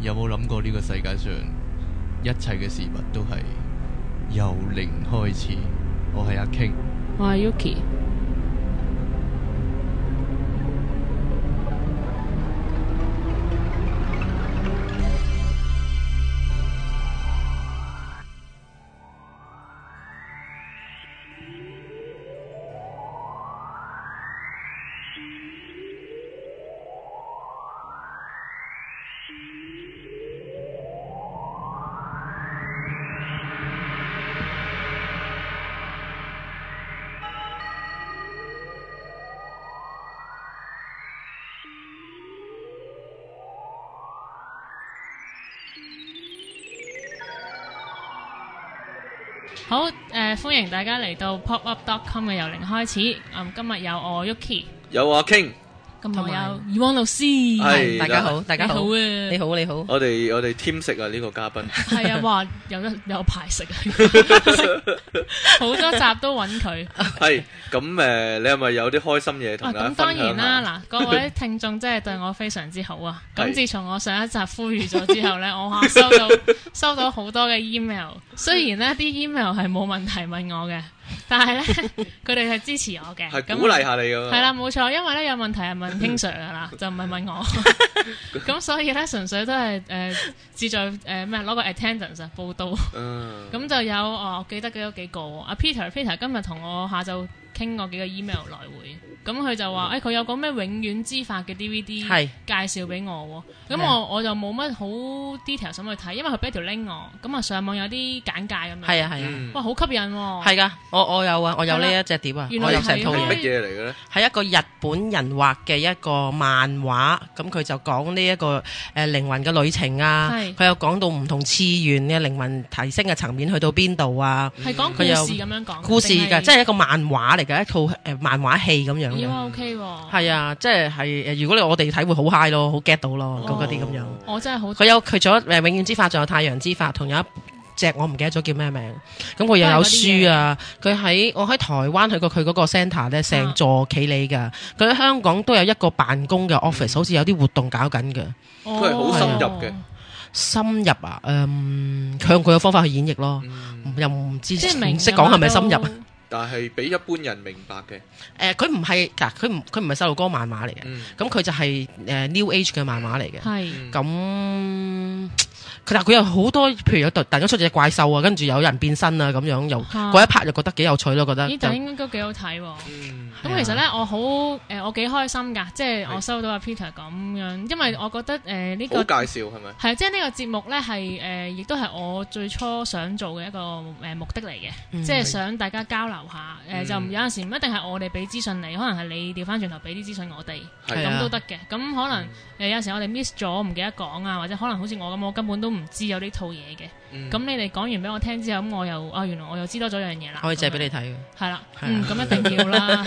有冇諗過呢個世界上一切嘅事物都係由零開始？我係阿 King，我係 Yuki，好誒、呃歡迎大家嚟到 popup.com 嘅由零開始。嗯，今日有我 Yuki，有阿 King，今日同埋有以汪老師，係大家好，大家你好，嗯好啊你好，你好，我哋我哋添食啊呢個 嘉賓，係啊，哇，有得有排 食啊，好多集都揾佢。係咁诶，誒你係咪有啲開心嘢啊，同大家咁分當享然下？啦，嗱，各位聽眾真係對我非常之好啊！咁係自從我上一集呼籲咗之後呢，我哇收 到收到好多嘅 email，雖然呢啲 email 係冇問題問我嘅，但係 呢，佢哋係支持我嘅，係咁鼓勵下你啊咁樣。係啦，冇錯，因為咧有問題係問 King Sir 噶 啦，就唔係問我。咁所以咧，純粹都係誒、呃志在誒咩攞個 attendance 啊報到。嗯，咁就有哦，我記得有幾個喎阿 Peter Peter 今日同我下晝傾過幾個 email 來回。咁佢就話：，誒、哎佢有個咩永遠之法嘅 DVD 嗯係介紹俾我喎，咁係我我就冇乜好 detail 想去睇，因為佢俾條 link 我，咁啊上網有啲簡介咁樣，係啊係啊，嗯哇好吸引喎，係噶，我我有啊，我有係啦呢一隻碟啊，原來我有成套係係咩嘢，乜嘢嚟嘅咧？係一個日本人畫嘅一個漫畫，咁佢就講呢一個誒靈魂嘅旅程啊係，佢有講到唔同次元嘅靈魂提升嘅層面去到邊度啊，係講故佢有事咁樣講，故事哦定㗎，即係一個漫畫嚟嘅一套誒漫畫戲咁樣咦哇嘅， OK 喎，係啊，即係係誒，如果你我哋睇會好 high 咯，好 get 到哦咯，咁嗰啲咁樣。我真係好佢有佢咗誒永遠之法，仲有太陽之法，同有一隻我唔記得咗叫咩名。咁佢又有書啊！佢喺我喺台灣去過佢嗰個 centre 啊咧，成座企理㗎。佢喺香港都有一個辦公嘅嗯 office，好似有啲活動搞緊嘅。佢係好深入嘅哦深入啊，嗯，佢用佢嘅方法去演繹咯，嗯又唔知即係明唔識講係咪深入？誒、但係比一般人明白嘅。佢唔係嗱，佢唔佢唔係細路哥漫畫嚟嘅，嗯，咁佢就係、誒 New Age 嘅漫畫嚟嘅。係嗯咁嗯佢但佢有好多，譬如有突突然間出隻怪獸啊，跟住有人變身啊，咁樣又啊嗰一 part 又覺得幾有趣咯，覺得呢就度應該都幾好睇喎。嗯咁啊其實咧，我好誒、我幾開心㗎，即係我收到阿 Peter 咁樣，因為我覺得誒呢、好個介紹係咪？係啊即係呢個節目咧係誒，亦都係我最初想做嘅一個誒目的嚟嘅，嗯即係想大家交流下誒，嗯就唔有陣時唔一定係我哋俾資訊你，可能係你調翻轉頭俾啲資訊我哋，係係啊嗯咁都得嘅。咁可能誒有陣時我哋 miss 咗，唔記得講啊，或者可能好似我咁，我根本都唔知有呢套嘢嘅。嗯咁你哋講完俾我聽之後，咁我又啊原來我又知多咗樣嘢啦。可以借咁樣俾你睇嘅。係啦，係啊嗯，咁一定要 啦。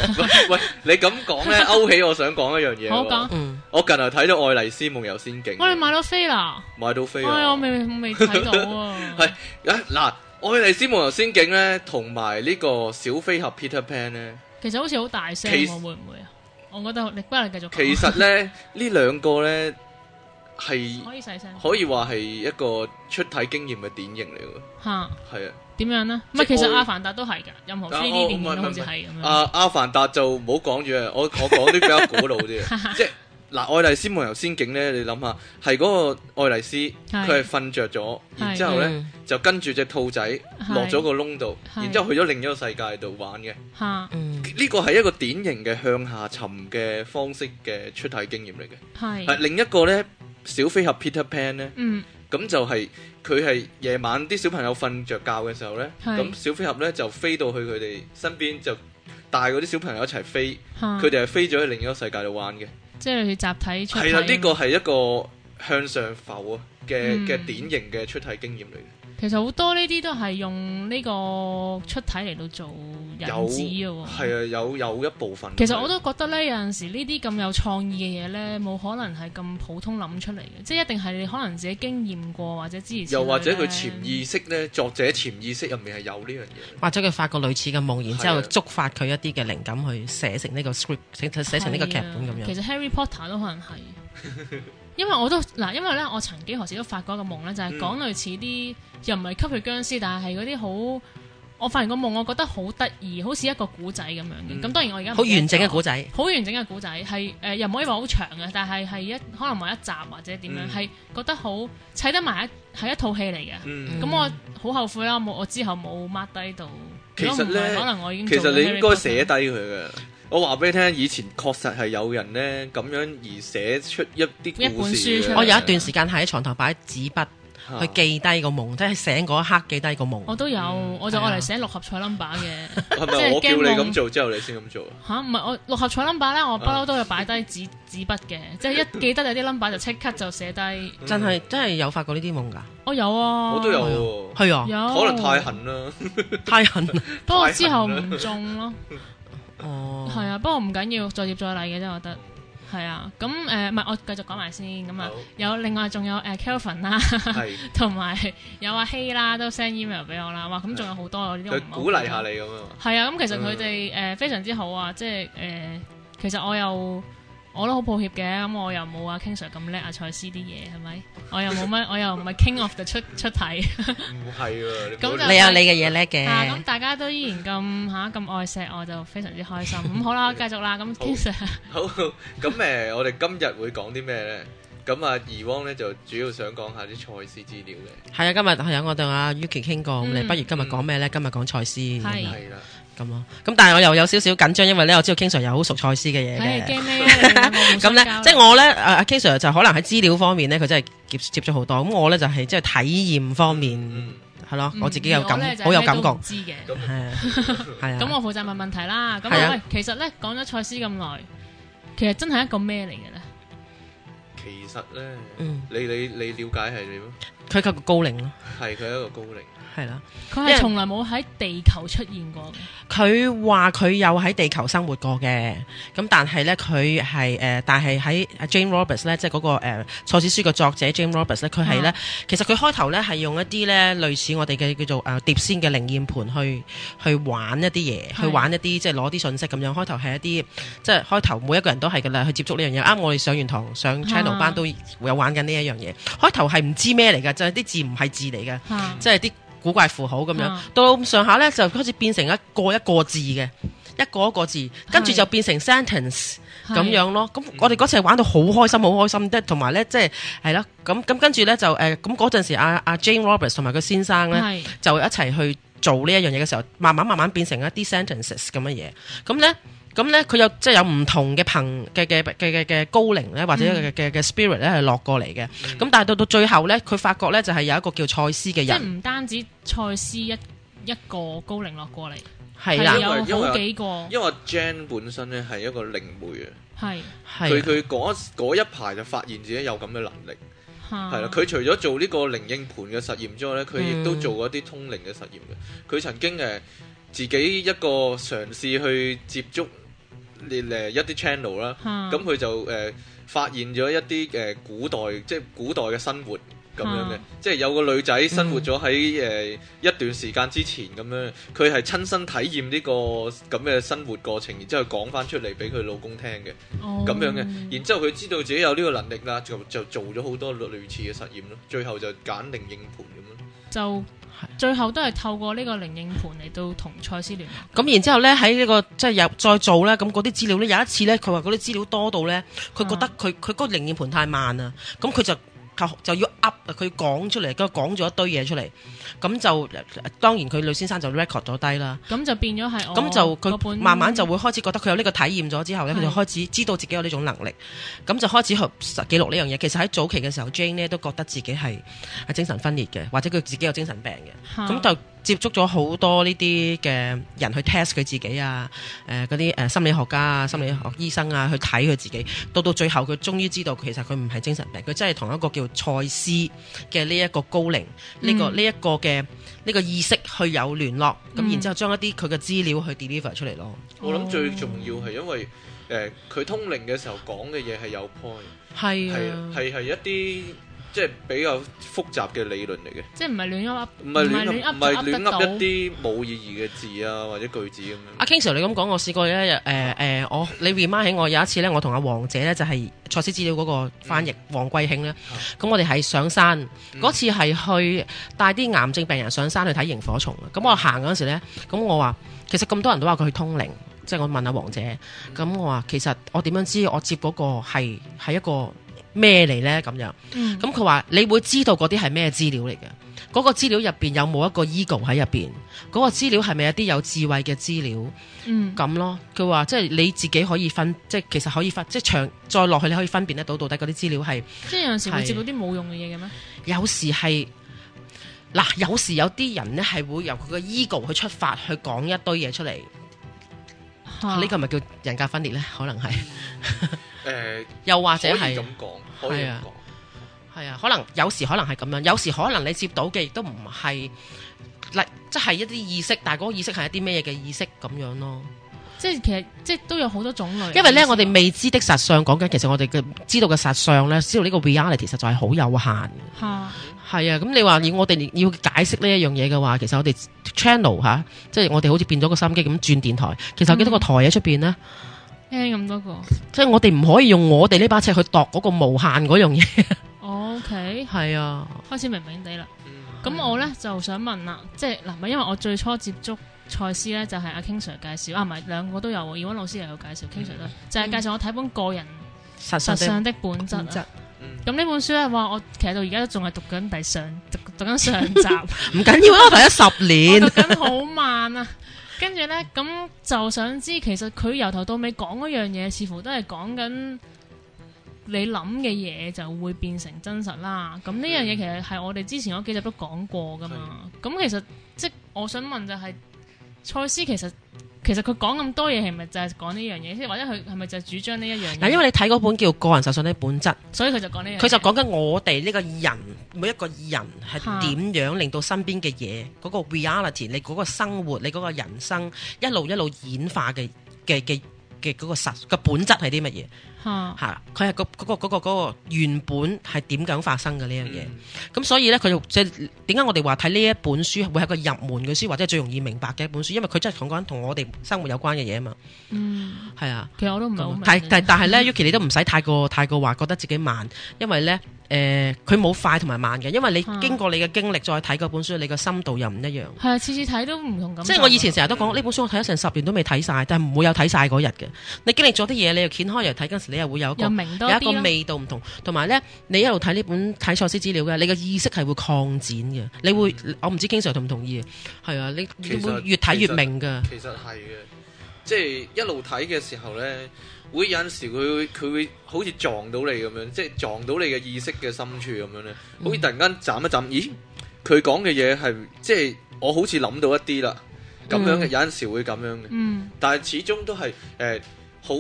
喂，你咁講 咧，勾起我想講一樣嘢喎。好講嗯，我近日睇咗《愛麗絲夢遊仙境》，啊我哋買到飛啦，買到飛哎，啊！。我未我未睇到啊 係啊嗱，《愛麗絲夢遊仙境》咧，同埋呢個小飛俠 Peter Pan 咧。其實好似好大聲其喎，實會唔會啊？我覺得你不如繼續講。其實咧， 呢兩個咧係可以細聲可以話係一個出體經驗嘅典型嚟嘅，嚇係啊。點樣呢？唔即係係，其實我《阿凡達》都係㗎，任何啊 3D 我電影都好似唔係係咁 樣。阿阿凡達就唔好講住啊，我我講啲比較古老啲 嘅，即係嗱《愛麗絲夢遊仙境》咧，你諗下係嗰個愛麗絲，係佢係瞓着咗，然之後咧嗯就跟住只兔仔落咗個窿度，係然之後去咗另一個世界度玩嘅。嚇嗯，呢個係一個典型嘅向下沉嘅方式嘅出體經驗嚟嘅。係係另一個咧，小飛俠 Peter Pan 咧。嗯咁就係佢係夜晚啲小朋友瞓着覺嘅時候呢，係咁小飛俠呢就飛到去佢哋身邊，就帶嗰啲小朋友一齊飛，嚇，佢哋係飛咗去另一個世界度玩嘅。即係集體出體係啦，呢個係一個向上浮啊嘅嗯嘅典型嘅出體經驗嚟嘅。其實好多呢啲都係用呢個出體嚟到做有引子嘅喎。係啊，有有一部分。其實我都覺得咧，有陣時呢啲咁有創意嘅嘢咧，冇可能係咁普通諗出嚟嘅，即係一定係你可能自己經驗過或者之前又或者佢潛意識啊呢，作者潛意識入面係有呢樣嘢。或者佢發個類似嘅夢，然之後係啊觸發佢一啲嘅靈感去寫成呢個 script，寫寫成呢個劇本咁係啊其樣。實 Harry Potter 都可能係，因為我都嗱，因為咧，我曾幾何時都發過一個夢咧，就係、嗯講類似啲又唔係吸血僵屍，但係嗰啲好，我發現個夢，我覺得好得意，好似一個古仔咁樣嘅。嗯咁、當然我而家唔好記得完整嘅咗古仔，好完整嘅古仔，係誒、呃又唔可以話好長嘅，但係係一可能話一集或者點樣，嗯係、覺得好砌得埋一係一套戲嚟嘅。嗯，咁、我好後悔啦，我冇我之後冇 mark 低到。其實呢如果唔係可能我已經其實嗯做咗你應該 Harry 寫低佢嘅。我話俾你聽，以前確實係有人咧咁樣而寫出一一啲本故事書出嘅啊嚟我哦有一段時間係喺床頭擺紙筆嚇去記低個夢，即係醒嗰一刻記低個夢 Potter。我都有，嗯我就係啊我嚟寫六合彩 number 嘅。 係即咪係我叫你驚咁夢做之後，你先咁做啊？吓，唔係我六合彩 number 咧，我不啊嬲都有擺低紙紙筆嘅，即係一 記得有啲 number 就即刻就寫低。嗯真係真係有發過呢啲夢㗎，哦我有啊，我都有喎，係啊，有，可能太。狠啦。太 狠啦不過之後唔中咯，嗯哦，係啊，不過唔緊要，再接再厲嘅啫，我覺得。係啊，咁誒唔係我繼續講埋先咁啊好，有另外仲有誒 Kelvin 啦， 係同埋有阿希啦，都 send email 俾我啦，哇咁仲有好多 我呢啲我唔佢係好鼓勵記得下你嗯咁樣啊。係啊，咁其實佢哋誒非常之好啊，即係誒、呃其實我又我都好抱歉嘅，咁我又冇阿 King Sir 咁叻啊賽斯啲嘢係咪？我又 冇乜，我又唔係 King of the 出出題，唔係喎，你唔好咁就你有你嘅嘢叻啊嘅咁，大家都依然咁吓咁愛錫我，就非常之開心。咁好啦，繼續啦，咁 King Sir 好，咁誒，我哋今日會講啲咩咧？咁啊，怡汪咧就主要想講下啲賽事資料嘅，係啊，今日係啊，我同阿 Yuki 傾過，咁嗯你不如今日講咩咧？今日講賽斯係咁係啦，咯，咁但係我又有少少緊張，因為咧我知道 King Sir 又好熟賽斯嘅嘢唉嘅。驚咩啊？咁咁咧，即係我咧，阿阿 King Sir 就可能喺資料方面咧，佢真係接接觸好多。咁我咧就係即係體驗方面，嗯，係 Ừ, 咯，我自己有感，嗯好有感覺，知嘅。咁係 啊係啊。咁我負責問問題啦。咁係啊啊喂，其實咧講咗賽斯咁耐，其實真係一個咩嚟嘅咧？其實咧，嗯你你你了解係點？啊佢個高齡咯，係佢係一個高齡，係啦。佢因為係從來冇喺地球出現過嘅，佢話佢有喺地球生活過嘅，咁但係咧佢係誒，但係喺阿 Jane Roberts 咧，即係嗰個誒賽斯書嘅作者 Jane Roberts 咧，佢係咧啊，其實佢開頭咧係用一啲咧類似我哋嘅叫做誒碟仙嘅靈驗盤去去玩一啲嘢，係去玩一啲即係攞啲信息咁樣。開頭係一啲即係開頭每一個人都係噶啦，去接觸呢樣嘢。啱啊我哋上完堂上 channel 啊班都有玩緊呢一樣嘢。開頭係唔知咩嚟㗎，就係啲字唔係字嚟㗎。嚇即係啲古怪符號咁樣啊。到咁上下咧就開始變成一個一個字嘅，一個一個字，跟住係就變成 sentence 係咁樣咯。咁我哋嗰次係玩到好開心，好開心即係同埋咧即係係啦。咁咁跟住咧就誒咁嗰陣時，阿阿 Jane Roberts 同埋佢先生咧係就一齊去做呢一樣嘢嘅時候，慢慢慢慢變成一啲 sentences 咁嘅嘢。咁咧。咁咧，佢有即係有唔同嘅朋嘅嘅嘅嘅嘅高齡咧，或者嗯嘅嘅嘅 spirit 咧係落過嚟嘅。咁但係到到最後咧，佢發覺咧就係有一個叫賽斯嘅即係人，唔單止賽斯一一個高齡落過嚟，係啊係，啦啊因為因有為好幾個因為 Jan 本身咧係一個靈媒啊，係係佢啊佢嗰嗰一排就發現自己有咁嘅能力，啊嚇係啦，佢除咗做呢個靈應盤嘅實驗之外咧，佢嗯亦都做過一啲通靈嘅實驗嘅。佢曾經誒、呃自己一個嘗試去接觸誒誒一啲 channel 啦。嚇咁佢就誒、呃、發現咗一啲誒、呃古代即係古代嘅生活咁樣嘅啊，即係有個女仔生活咗喺誒一段時間之前咁樣，佢係親身體驗呢、個咁嘅生活過程，然之後講翻出嚟俾佢老公聽嘅哦咁樣嘅，然之後佢知道自己有呢個能力啦，就就做咗好多類似嘅實驗咯，最後就揀定應盤咁咯。就最後都係透過呢個靈應盤嚟到同賽斯聯絡，咁然之後咧喺呢個即係又再做咧，咁嗰啲資料咧有一次咧，佢話嗰啲資料多到咧，佢覺得啊佢佢嗰個靈驗盤太慢啊，咁佢就就就要 up 啊佢講出嚟，佢講咗一堆嘢出嚟，咁就當然佢女先生就 record 咗低啦，咁就變咗係我咁就哦嗰佢本慢慢就會開始覺得佢有呢個體驗咗之後咧，佢就係開始知道自己有呢種能力，咁就開始去實記錄呢樣嘢。其實喺早期嘅時候，Jane 咧都覺得自己係係精神分裂嘅，或者佢自己有精神病嘅。嚇咁就接觸咗好多呢啲嘅人去 test 佢自己啊，誒嗰啲誒心理學家啊、心理學醫生啊去睇佢自己，到到最後佢終於知道其實佢唔係精神病，佢真係同一個叫賽斯嘅呢一個高齡呢、個嗯呢一、個嘅呢、個意識去有聯絡，咁、嗯然之後將一啲佢嘅資料去 deliver 出嚟咯，我諗最重要哦係因為呃誒佢、通靈嘅時候講嘅嘢係有 point，係係啊，係係一啲即係比較複雜嘅理論嚟嘅，即係唔係亂噏噏，唔係亂亂噏，唔噏係就亂噏噏得到。一啲冇意義嘅字啊或者句子咁樣。阿 King Sir，你咁講，我試過一日誒誒，我你 remind 起我有一次咧，我同阿黃姐咧就係賽斯資料嗰個翻譯黃桂慶咧，咁我哋係上山嗰次係去帶啲癌症病人上山去睇螢火蟲啊，咁我行嗰陣時咧，咁我話其實咁多人都話佢去通靈，即係我問阿黃姐，咁我話其實我點樣知我接嗰個係係一個咩嚟咧咁樣？嗯咁佢話：你會知道嗰啲係咩資料嚟嘅？嗰、個資料入邊有冇一個 ego 喺入邊？嗰、個資料係咪一啲有智慧嘅資料嗯咁咯？佢話即係你自己可以分，即係其實可以分，即係長再落去你可以分辨得到到底嗰啲資料係即係有陣時會係接到啲冇用嘅嘢嘅咩？有時係嗱，有時有啲人呢係會由佢嘅 ego 去出發去講一堆嘢出嚟，嚇呢、個咪叫人格分裂呢？可能係，誒，又或可者以係咁。講，可以係咁啊講。係啊，可能有時可能係咁樣，有時可能你接到嘅亦都唔係，嗱，即係一啲意識，但係嗰個意識係一啲咩嘢嘅意識咁樣咯。即係其實即係都有好多種類。因為咧，我哋未知的實相講緊，其實我哋嘅知道嘅實相咧，知道呢個 reality 實在係好有限嘅。嚇係啊，咁你話要我哋要解釋呢一樣嘢嘅話，其實我哋 channel 吓、即係我哋好似變咗個收音機咁轉電台，其實有幾多個台喺出邊呢？聽咁多個。即係我哋唔可以用我哋呢把尺去度嗰個無限嗰樣嘢。 O K，係啊，開始明明地啦。嗯咁我咧就想問啦，即係嗱，因為我最初接觸賽斯咧就係阿 King Sir 介紹，啊唔係兩個都有喎，耀文老師又有介紹，King Sir 都有就係介紹我睇本個人實實相的相的本質本質啊。嗯咁呢本書咧話我其實到而家都仲係讀緊第上讀讀緊上集，唔緊要啦，啊 我睇咗十我年讀。緊好慢啊。跟住咧咁就想知其實佢由頭到尾講嗰樣嘢，似乎都係講緊。你諗嘅嘢就會變成真實啦。咁呢樣嘢其實係我哋之前嗰幾集都講過噶嘛。咁其實即我想問就係、賽斯其實其實佢講咁多嘢係咪就係講呢樣嘢？即係或者佢係咪就係主張呢一樣嘢？嗱，因為你睇嗰本叫《個人實相的本質》，所以佢就講呢樣嘢。佢就講緊我哋呢個人每一個人係點樣令到身邊嘅嘢嗰個 reality，你嗰個生活，你嗰個人生一路一路演化嘅嘅嘅嘅嗰個實嘅本質係啲乜嘢嚇嚇？佢係個嗰個嗰個嗰個原本係點樣發生嘅呢樣嘢？嗯咁所以咧，佢就即係點解我哋話睇呢一本書會係一個入門嘅書，或者係最容易明白嘅一本書，因為佢真係講緊同我哋生活有關嘅嘢啊嘛，嗯。係啊。其實我都唔係好咁明。但但但係咧，Yuki 你都唔使太過太過話覺得自己慢，因為咧誒佢冇快同埋慢嘅，因為你啊經過你嘅經歷再睇嗰本書，你個深度又唔一樣。係啊，次次睇都唔同咁。即係我以前成日都講呢本書，我睇咗成十年都未睇晒，但係唔會有睇晒嗰日嘅。你經歷咗啲嘢，你又掀開又睇嗰陣時，你又會有一個又明多有一啲個咯味道唔同，同埋咧你一路睇呢本睇賽斯資料嘅，你嘅意識係會擴展嘅，你會我唔知經常同唔同意，係啊，你你其實會越睇越明㗎。其實係嘅，即係一路睇嘅時候呢，會有陣時佢會佢會好似撞到你咁樣，即係撞到你嘅意識嘅深處咁樣呢，嗯好似突然間眨一眨，咦？佢講嘅嘢係即係我好似諗到一啲啦，咁樣嘅、嗯有陣時會咁樣嘅，嗯但係始終都係誒好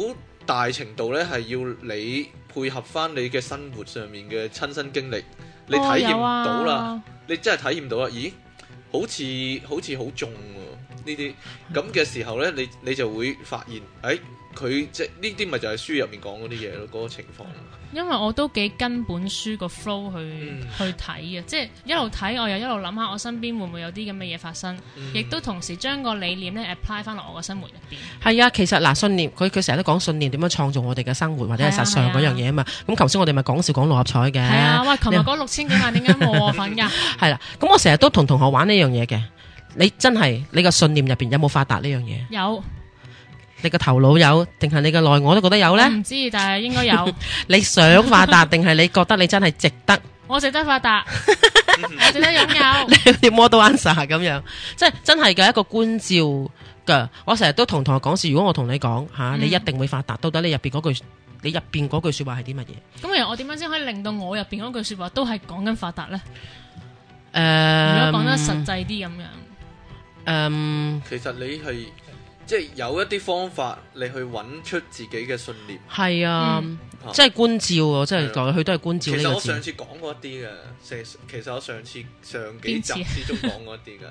大程度呢，係要你配合翻你嘅生活上面嘅親身經歷，你哦體驗有啊到啦。你真係體驗到啦，咦？好似好似好重喎呢啲咁嘅時候呢，你你就會發現，誒、哎佢即係呢啲咪就係書入面講嗰啲嘢咯，嗰、個情況。因為我都幾跟本書個 flow 去嗯去睇嘅，即係一路睇我又一路諗下我身邊會唔會有啲咁嘅嘢發生，嗯嗯亦都同時將個理念咧 apply 翻落我個生活入邊。係啊，其實嗱，信念佢佢成日都講信念點樣創造我哋嘅生活或者係實相嗰樣嘢啊嘛。咁頭先我哋咪講笑講六合彩嘅，係啊，喂，琴日嗰六千幾萬點解冇我份㗎？ 係啦。咁我成日都同同學玩呢樣嘢嘅。你真係你個信念入邊有冇發達呢樣嘢？有，你個頭腦有定係你嘅內我都覺得有我呢？唔知，但係應該 有。你想發達定係你覺得你真係值得？我值得發達，嗯我值得 擁有。 你 model answer 咁樣，即係真係嘅一個觀照㗎。我成日都同同學講事，如果我同你講吓、嗯你一定會發達，到底你入邊嗰句你入邊嗰句說話係啲乜嘢？咁其實我點樣先可以令到我入邊嗰句説話都係講緊發達呢？誒、如果講得實際啲咁樣，嗯其實你係即係有一啲方法，你去揾出自己嘅信念。係啊嗯，即係觀照喎，即係係啊來去都係觀其照呢實個我上字。次講過一啲嘅，其其實我上次上幾集邊次啊 之中講過一啲嘅，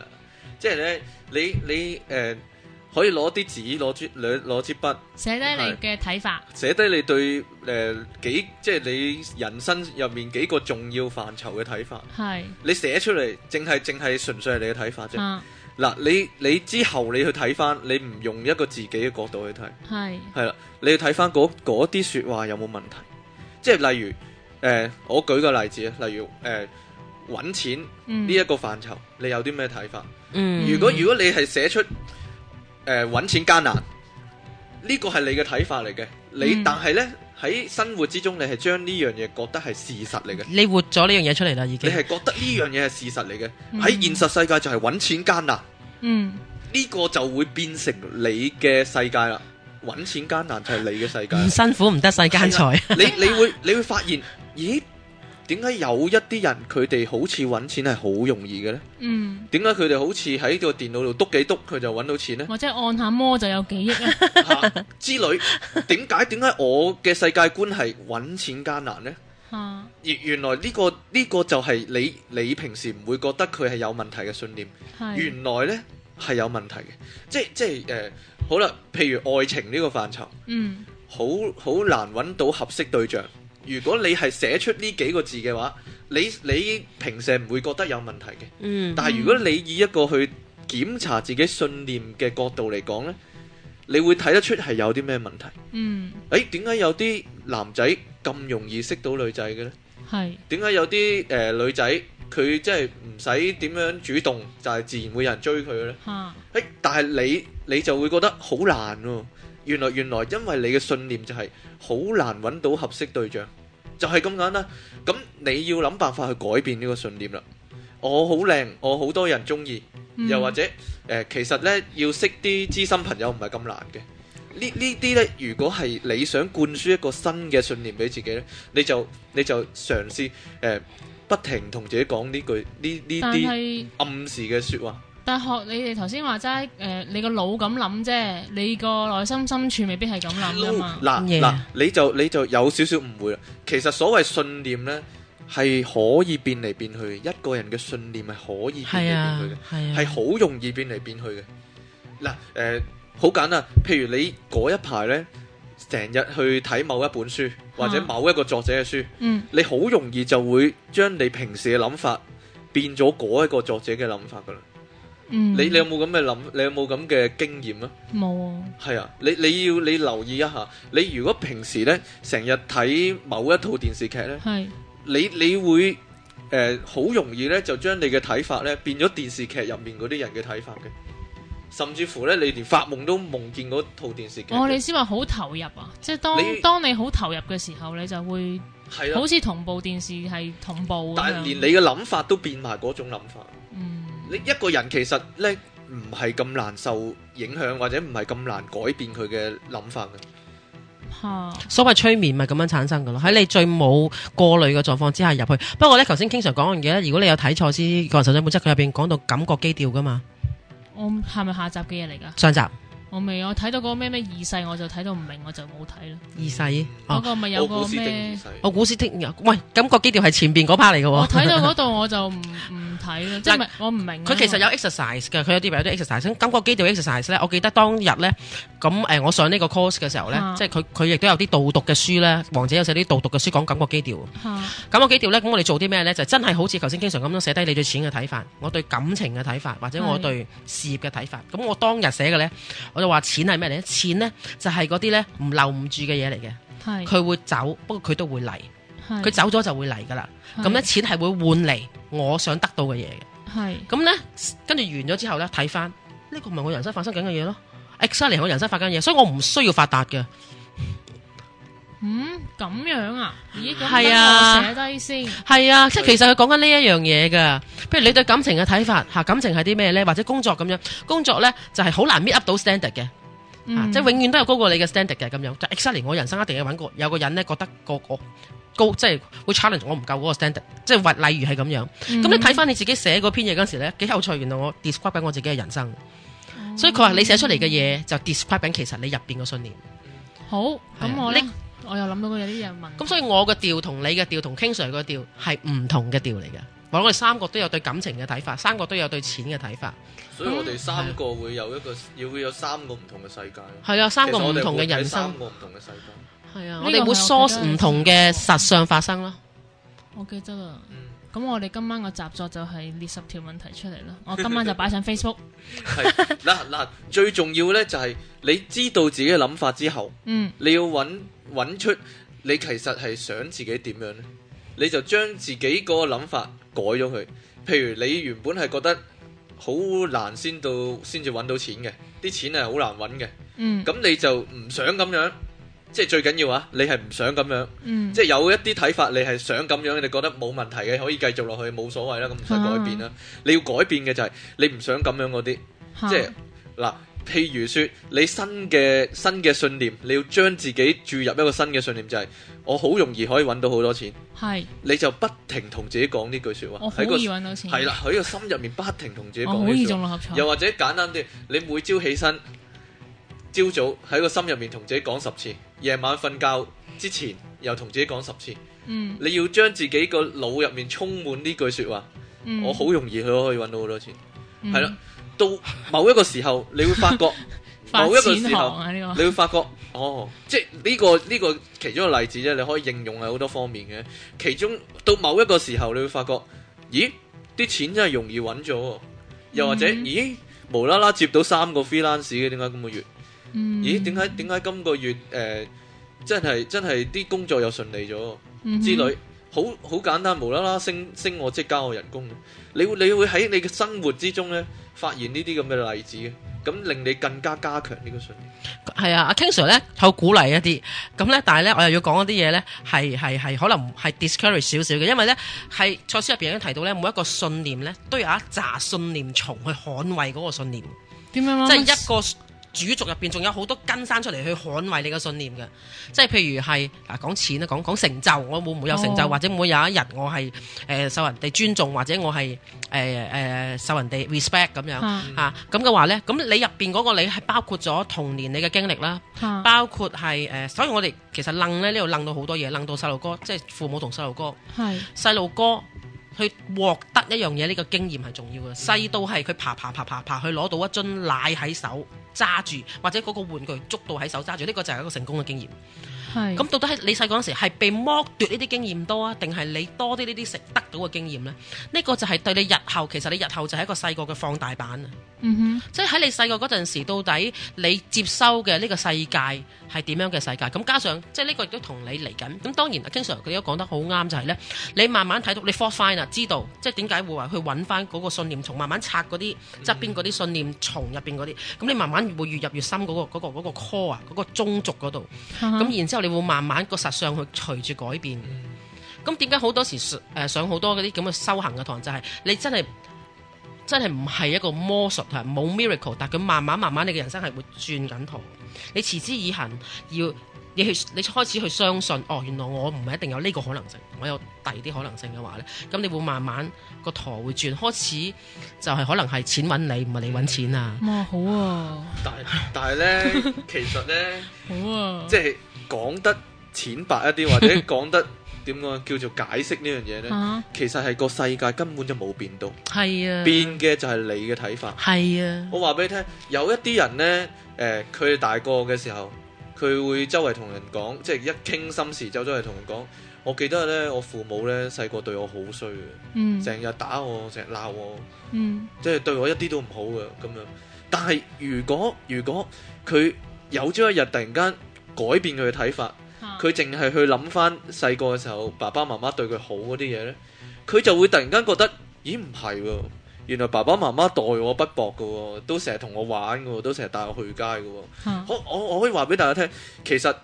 即係咧，你你誒、呃可以攞啲紙，攞支攞攞支筆，寫低你嘅睇法，寫低你對誒、呃、幾即係你人生入面幾個重要範疇嘅睇法。係你寫出嚟，淨係淨係純粹係你嘅睇法啫。啊，嗱，你你之後你去睇翻，你唔用一個自己嘅角度去睇，係係啦，你要睇翻嗰嗰啲说話有冇問題，即係例如，诶、我舉個例子啊，例如诶，搵、錢嗯呢一個範疇，你有啲咩睇法？嗯如果如果你係寫出诶搵、錢艱難，呢個係你嘅睇法嚟嘅，你、嗯但係呢，喺生活之中，你係將呢樣嘢覺得係事實嚟嘅。嗯你活咗呢樣嘢出嚟啦，已你經係覺得呢樣嘢係事實嚟嘅，嗯喺現實世界就係搵錢艱難，嗯呢個就會變成你嘅世界啦。揾錢艱難就係你嘅世界唔啦。辛苦唔得世啊間財，你你會你會發現，咦？點解有一啲人佢哋好似揾錢係好容易嘅呢？嗯，點解佢哋好似喺個電腦度篤幾篤佢就揾到錢 呢？或者按下摩就有幾億啊 啦，嚇之類點解點解我嘅世界觀係揾錢艱難呢？啊，原原來呢個呢個就係你你平時唔會覺得佢係有問題嘅信念。係原來呢係有問題嘅，即即係誒、呃好啦，譬如愛情呢個範疇，嗯好好難揾到合適對象。如果你係寫出呢幾個字嘅話，你你平時唔會覺得有問題嘅。嗯但係如果你以一個去檢查自己信念嘅角度嚟講呢，你會睇得出係有啲咩問題。嗯誒點解有啲男仔咁容易識到女仔嘅呢？係點解有啲誒、呃女仔佢即係唔使點樣主動，就係、自然會有人追佢嘅呢？嚇誒，但係你你就會覺得好難喎、原來原來因為你嘅信念就係好難揾到合適對象，就係、咁簡單。咁你要諗辦法去改變呢個信念啦。我好靚，我好多人中意，嗯又或者誒、呃其實呢，要識啲知心朋友唔係咁難嘅。呢呢啲呢，如果係你想灌輸一個新嘅信念俾自己呢，你就你就嘗試誒、呃不停同自己講呢句呢呢但啲係。暗示嘅説話。但學你哋頭先話齋，誒、你個腦咁諗啫，你個內心深處未必係咁諗噶嘛。嗱 Yeah 嗱，你就你就有少少誤會啦。其實所謂信念呢，係可以變嚟變去，一個人嘅信念係可以係變嚟啊變去嘅，係係啊，好容易變嚟變去嘅。嗱，誒好簡單，譬如你嗰一排呢，成日去睇某一本書或者啊某一個作者嘅書，嗯你好容易就會將你平時嘅諗法變咗嗰一個作者嘅諗法噶啦。嗯，你你有冇咁嘅諗？你有冇咁嘅經驗啊？冇啊？係啊，你你要你留意一下，你如果平時呢成日睇某一套電視劇呢，係你你會誒好、容易呢就將你嘅睇法呢變咗電視劇入面嗰啲人嘅睇法嘅，甚至乎呢，你連發夢都夢見嗰套電視劇嘅。我哦你先話好投入啊，即係當你當你好投入嘅時候，你就會係啊好，似同步電視係同步咁但樣係連你嘅諗法都變埋嗰種諗法。嗯你一個人其實呢唔係咁難受影響，或者唔係咁難改變佢嘅諗法嘅。嚇所謂催眠咪咁樣產生噶咯，喺你最冇過濾嘅狀況之下入去。不過咧，頭先經常講嘅嘢咧，如果你有睇錯先個人手掌本質，佢入邊講到感覺基調噶嘛，我係咪下集嘅嘢嚟㗎？上集我未，我睇到嗰個咩咩二世，我就睇到唔明，我就冇睇啦。二世嗰、哦，個咪有奧古個斯丁二咩？世，我古斯的喂感覺基調係前邊嗰 part 嚟嘅我喎。睇到嗰度我就唔唔睇啦，即係咪我唔明啊。佢其實有 exercise 嘅，佢有啲有啲 exercise。咁感覺基調 exercise 咧，我記得當日咧，咁誒、呃我上呢個 course 嘅時候咧，啊即係佢佢亦都有啲導讀嘅書咧，王者有寫啲導讀嘅書講感覺基調。嚇感覺基調咧，咁我哋做啲咩咧？就真係好似頭先經常咁樣寫低你對錢嘅睇法，我對感情嘅睇法，或者我係對事業嘅睇法。咁我當日寫嘅咧，我就話錢係咩嚟咧？錢咧就係嗰啲咧唔留唔住嘅嘢嚟嘅，係佢會走，不過佢都會嚟，係佢走咗就會嚟噶啦。係咁咧錢係會換嚟我想得到嘅嘢嘅。係咁咧，跟住完咗之後咧，睇翻呢個咪我人生發生緊嘅嘢咯。exactly 係我人生發生緊嘅嘢，所以我唔需要發達嘅。嗯，咁樣啊？咦，咁係等啊我寫低先。係啊，即係其實佢講緊呢一樣嘢㗎。譬如你對感情嘅睇法嚇，感情係啲咩咧？或者工作咁樣，工作咧就係好難 meet up 到 standard 嘅，嚇嗯即係永遠都有高過你嘅 standard 嘅咁樣。就 exactly 我人生一定要揾個有個人咧覺得個個高，即係會 challenge 我唔夠嗰個 standard，即係或例如係咁樣。嗯咁你睇翻你自己寫嗰篇嘢嗰陣時咧，幾有趣。原來我 describe 緊我自己嘅人生，所以佢話你寫出嚟嘅嘢就 describe 緊其實你入邊個信念。好，係咁啊我咧你，我又諗到佢有啲嘢問。咁所以我嘅調同你嘅調同 King Sir 嘅調係唔同嘅調嚟嘅，我哋三個都有對感情嘅睇法，三個都有對錢嘅睇法。所以我嗯哋三個會有一個，要會有三個唔同嘅世界。係啊，三個唔同嘅人三生。個唔同嘅世界。係啊，呢個我哋會係我覺 source 得唔同嘅實相發生咯。我記得啦。嗯，咁我哋今晚個習作就係列十條問題出嚟啦。我今晚就擺上 Facebook。係嗱嗱，最重要咧就係你知道自己嘅諗法之後，嗯，你要揾揾出你其實係想自己點樣咧，你就將自己嗰個諗法改咗佢。譬如你原本係覺得好難先到先至揾到錢嘅，啲錢係好難揾嘅，嗯，咁你就唔想咁樣，即係最緊要啊！你係唔想咁樣。嗯，即係有一啲睇法，你係想咁樣，你覺得冇問題嘅，可以繼續落去，冇所謂啦，咁唔使改變啊啦。你要改變嘅就係你唔想咁樣嗰啲，嚇即係嗱，譬如說你新嘅新嘅信念，你要將自己注入一個新嘅信念，就係我好容易可以揾到好多錢，係你就不停同自己講呢句說話，我好喺個易揾到錢，係，啦，喺個心入面不停同自己我講好呢易句中話。六合彩，又或者簡單啲，你每朝起身，朝早喺個心入面同自己講十次，夜晚瞓覺之前又同自己講十次。嗯你要將自己個腦入面充滿呢句説話，嗯，我好容易去可以揾到好多錢，嗯係啦、，到某一個時候，你會發 覺發某一個錢時行候，啊呢你會發覺哦，即係呢、個呢、個其中一個例子啫，你可以應用喺好多方面嘅。其中到某一個時候，你會發覺，咦，啲錢真係容易揾咗喎，又或者、嗯咦，無啦啦接到三個 freelance 嘅，點解今個月？個，嗯咦，點解點解今個月誒、呃真係真係啲工作又順利咗喎？嗯之類，好好簡單，無啦啦升升我即加我人工，你會你會喺你嘅生活之中咧發現呢啲咁嘅例子嘅，咁令你更加加強呢個信念。係啊，阿 King Sir 咧好鼓勵一啲，咁咧但係咧我又要講嗰啲嘢咧係係係可能係 discourage 少少嘅，因為咧係賽斯入邊已經提到咧每一個信念咧都有一紮信念蟲去捍衛嗰個信念。點樣啊即係一個主族入邊仲有好多根生出嚟去捍衞你嘅信念嘅，即係譬如係嗱講錢啦，啊講講成就，我會唔會有成就，哦或者會唔會有一日我係誒、呃受人哋尊重，或者我係誒誒受人哋 respect 咁樣嚇嚇咁嘅話咧，咁你入邊嗰個你係包括咗童年你嘅經歷啦，嚇包括係誒、呃所以我哋其實楞咧呢度楞到好多嘢，楞到細路哥，即係父母同細路哥。係細路哥去獲得一樣嘢，呢、個經驗係重要嘅。細到係佢爬爬爬爬爬，去攞到一樽奶喺手揸住，或者嗰個玩具捉到喺手揸住，呢、個就係一個成功嘅經驗。係咁到底係你細個嗰陣時係被剝奪呢啲經驗多啊，定係你多啲呢啲食得到嘅經驗呢？呢、個就係對你日後，其實你日後就係一個細個嘅放大版啊！嗯即係喺你細個嗰陣時，到底你接收嘅呢個世界係點樣嘅世界？咁加上即係呢個亦都同你嚟緊。咁當然，經常佢都講得好啱，就係、呢：你慢慢睇到你 f o r find 啦，知道即係點解會話去揾翻嗰個信念蟲，慢慢拆嗰啲側邊嗰啲信念蟲入邊嗰啲，咁你慢慢會越入越深嗰、個嗰、個嗰、個 core 啊，嗰、個中軸嗰度。哼，咁咁然之後，你會慢慢個實相去隨住改變。咁點解好多時誒、呃上好多嗰啲咁嘅修行嘅堂，就係、你真係真係唔係一個魔術啊，冇 miracle，但係佢慢慢慢慢，你嘅人生係會轉緊途。你持之以恒，要你去你開始去相信，哦，原來我唔係一定有呢個可能性，我有第二啲可能性嘅話咧，咁你會慢慢個陀會轉，開始就係可能係錢揾你，唔係你揾錢啊。哇好啊但係但係咧，其實咧，好啊，即係講得淺白一啲，或者講得點講叫做解釋呢樣嘢咧，嚇其實係個世界根本就冇變到，係啊，變嘅就係你嘅睇法。係啊，我話俾你聽，有一啲人呢，誒、佢哋大個嘅時候，佢會周圍同人講，即係一傾心事就周圍同人講。我記得呢，我父母呢細個對我好衰嘅，嗯成日打我，成日鬧我，嗯即係對我一啲都唔好嘅咁樣。但係如果如果佢有朝一日突然間改變佢嘅睇法，嚇佢淨係去諗翻細個嘅時候爸爸媽媽對佢好嗰啲嘢呢，佢就會突然間覺得，咦唔係喎，原來爸爸媽媽待我不薄嘅喎，都成日同我玩嘅喎，都成日帶我去街嘅喎。嚇我我我可以話俾大家聽，其實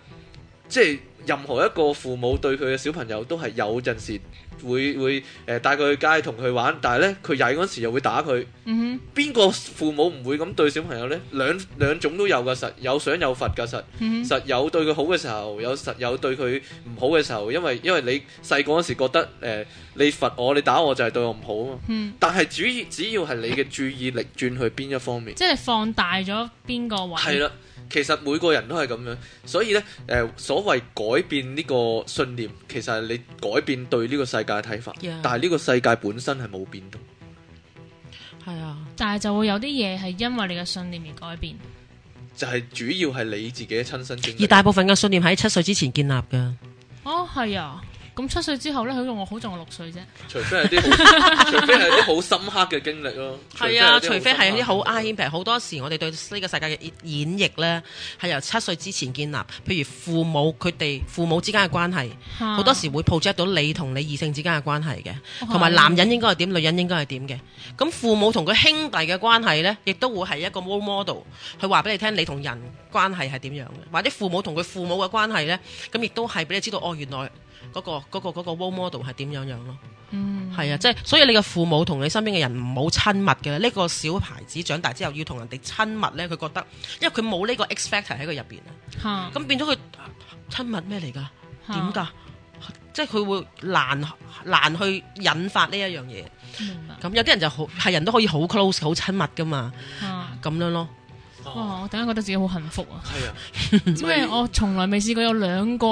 即係任何一個父母對佢嘅小朋友都係有陣時會會誒、呃、帶佢去街同佢玩，但係呢，佢曳嗰時又會打佢。嗯邊個父母唔會咁對小朋友呢？兩兩種都有㗎，實有想有罰㗎實。哼嗯哼實有對佢好嘅時候，有實有對佢唔好嘅時候，因為因為你細個嗰時覺得誒、呃你罰我，你打我就係對我唔好啊嘛。嗯但係主要只要係你嘅注意力轉去邊一方面，即係放大咗邊個位係啦，其實每個人都係咁樣，所以呢，誒、所謂改變呢個信念，其實係你改變對呢個世界嘅睇法 Yeah 但係呢個世界本身係冇變到。係啊，但係就會有啲嘢係因為你嘅信念而改變。就係主要係你自己嘅親身經而歷。大部分嘅信念喺七歲之前建立㗎。哦，係啊。咁七歲之後咧，佢用我好在我六歲啫。除非係啲好， 除非係啲好深刻嘅經歷咯。係啊，除除非係係啲啲好好 i 深刻嘅 m p a 好多時我哋對呢個世界嘅演繹呢，係由七歲之前建立。譬如父母佢哋父母之間嘅關係，好好多時會 project 到你同你異性之間嘅關係嘅，啊哦同埋男人應該係點，女人應該係點嘅。咁父母同佢兄弟嘅關係呢，亦都會係一個 role model，佢話俾你聽你同人關係係點樣嘅，或者父母同佢父母嘅關係呢，咁亦都係俾你知道哦，原來嗰、個嗰、個嗰、個 role model 係點樣樣咯。嗯係啊，即係所以你嘅父母同你身邊嘅人唔好親密嘅，呢、個小孩子長大之後要同人哋親密呢，佢覺得，因為佢冇呢個 x factor 喺佢入邊啊，嚇咁變咗佢啊親密咩嚟㗎？嚇點㗎？即係佢會難難去引發呢一樣嘢。明白咁有啲人就好係人都可以好 close 好親密㗎嘛，嚇咁樣咯。哦哇！我突然間覺得自己好幸福啊！係啊， 因為我從來未試過有兩個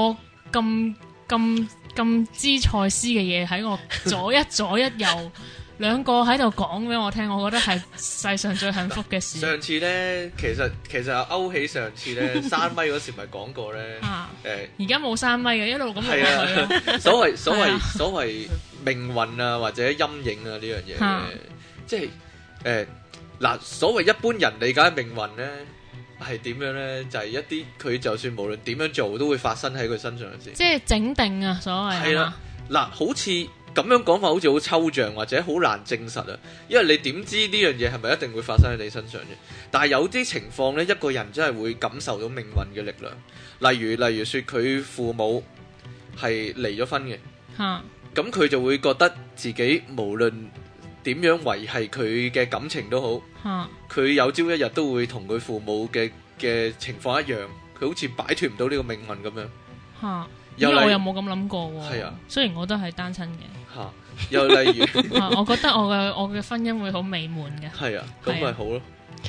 咁咁咁知賽斯嘅嘢喺我左一左一 右兩個喺度講俾我聽，我覺得係世上最幸福嘅事上次呢，其實其實勾起上次 呢，山咪嗰時咪講過呢。啊！誒而家冇三米嘅，一路咁落係去咯。啊，所 謂所係謂啊所謂命運啊，或者陰影啊呢樣嘢嚇呢，即係誒嗱，所謂一般人理解命運呢，係點樣呢？就係一啲佢就算無論點樣做都會發生喺佢身上嘅事。即係整定啊，所謂係啦嘛，嗱，好似咁樣講法好似好抽象或者好難證實啊，因為你點知呢樣嘢係咪一定會發生喺你身上啫？但係有啲情況呢，一個人真係會感受到命運嘅力量，例如例如說佢父母係離咗婚嘅，嚇咁佢就會覺得自己無論點樣維係佢嘅感情都好，嚇佢有朝一日都會同佢父母嘅嘅情況一樣，佢好似擺脱唔到呢個命運咁樣。嚇。又因為我例又冇咁諗過喎。係啊，雖然我都係單親嘅，嚇、又例如 啊我覺得我嘅我嘅婚姻會好美滿嘅係啊，咁咪好咯。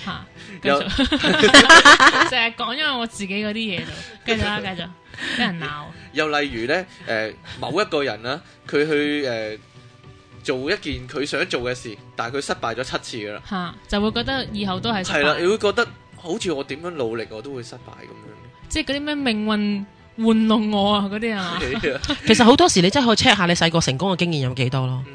嚇。繼有續 成日講因為我自己嗰啲嘢度，繼續啦，繼續俾人鬧。又例如呢，誒、某一個人啦，佢去誒、做一件佢想做嘅事，但係佢失敗咗七次噶啦，吓，就會覺得以後都係失係啦，你敗，會覺得好似我點樣努力我都會失敗咁即係嗰啲咩命運玩弄我啊嗰啲啊， 樣。其實好多時你真係可以 check 下你細個成功嘅經驗有幾多咯。嗯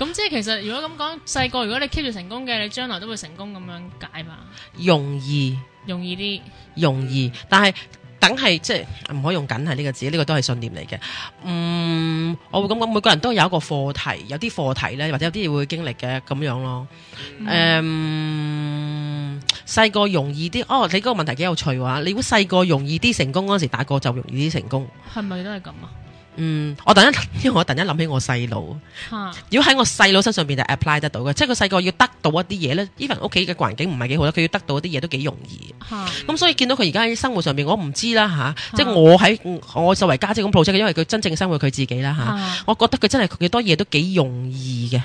咁即係其實如果咁講，細個如果你 keep 住成功嘅，你將來都會成功咁樣解嘛，容易容易啲容易，但係等係即係唔可以用緊啊係呢個字，呢、個都係信念嚟嘅。嗯，我會咁講，每個人都有一個課題，有啲課題咧，或者有啲嘢會經歷嘅咁樣咯。誒、嗯，細個容易啲，哦，你嗰個問題幾有趣話，你估細個容易啲成功嗰陣時，大個就容易啲成功。係咪都係咁啊？嗯，我突然間，因為我突然間諗起我細佬，吓，如果喺我細佬身上邊就 apply 得到嘅，即係佢細個要得到一啲嘢咧，even 屋企嘅環境唔係幾好咧，佢要得到一啲嘢都幾容易。吓，咁所以見到佢而家喺生活上面，我唔知啦吓，即係啊我喺我作為家姐咁 project，嘅因為佢真正生活佢自己啦吓，吓，我覺得佢真係幾多嘢都幾容易嘅，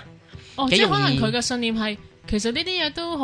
哦，幾即係可容能易佢嘅信念係，其實呢啲嘢都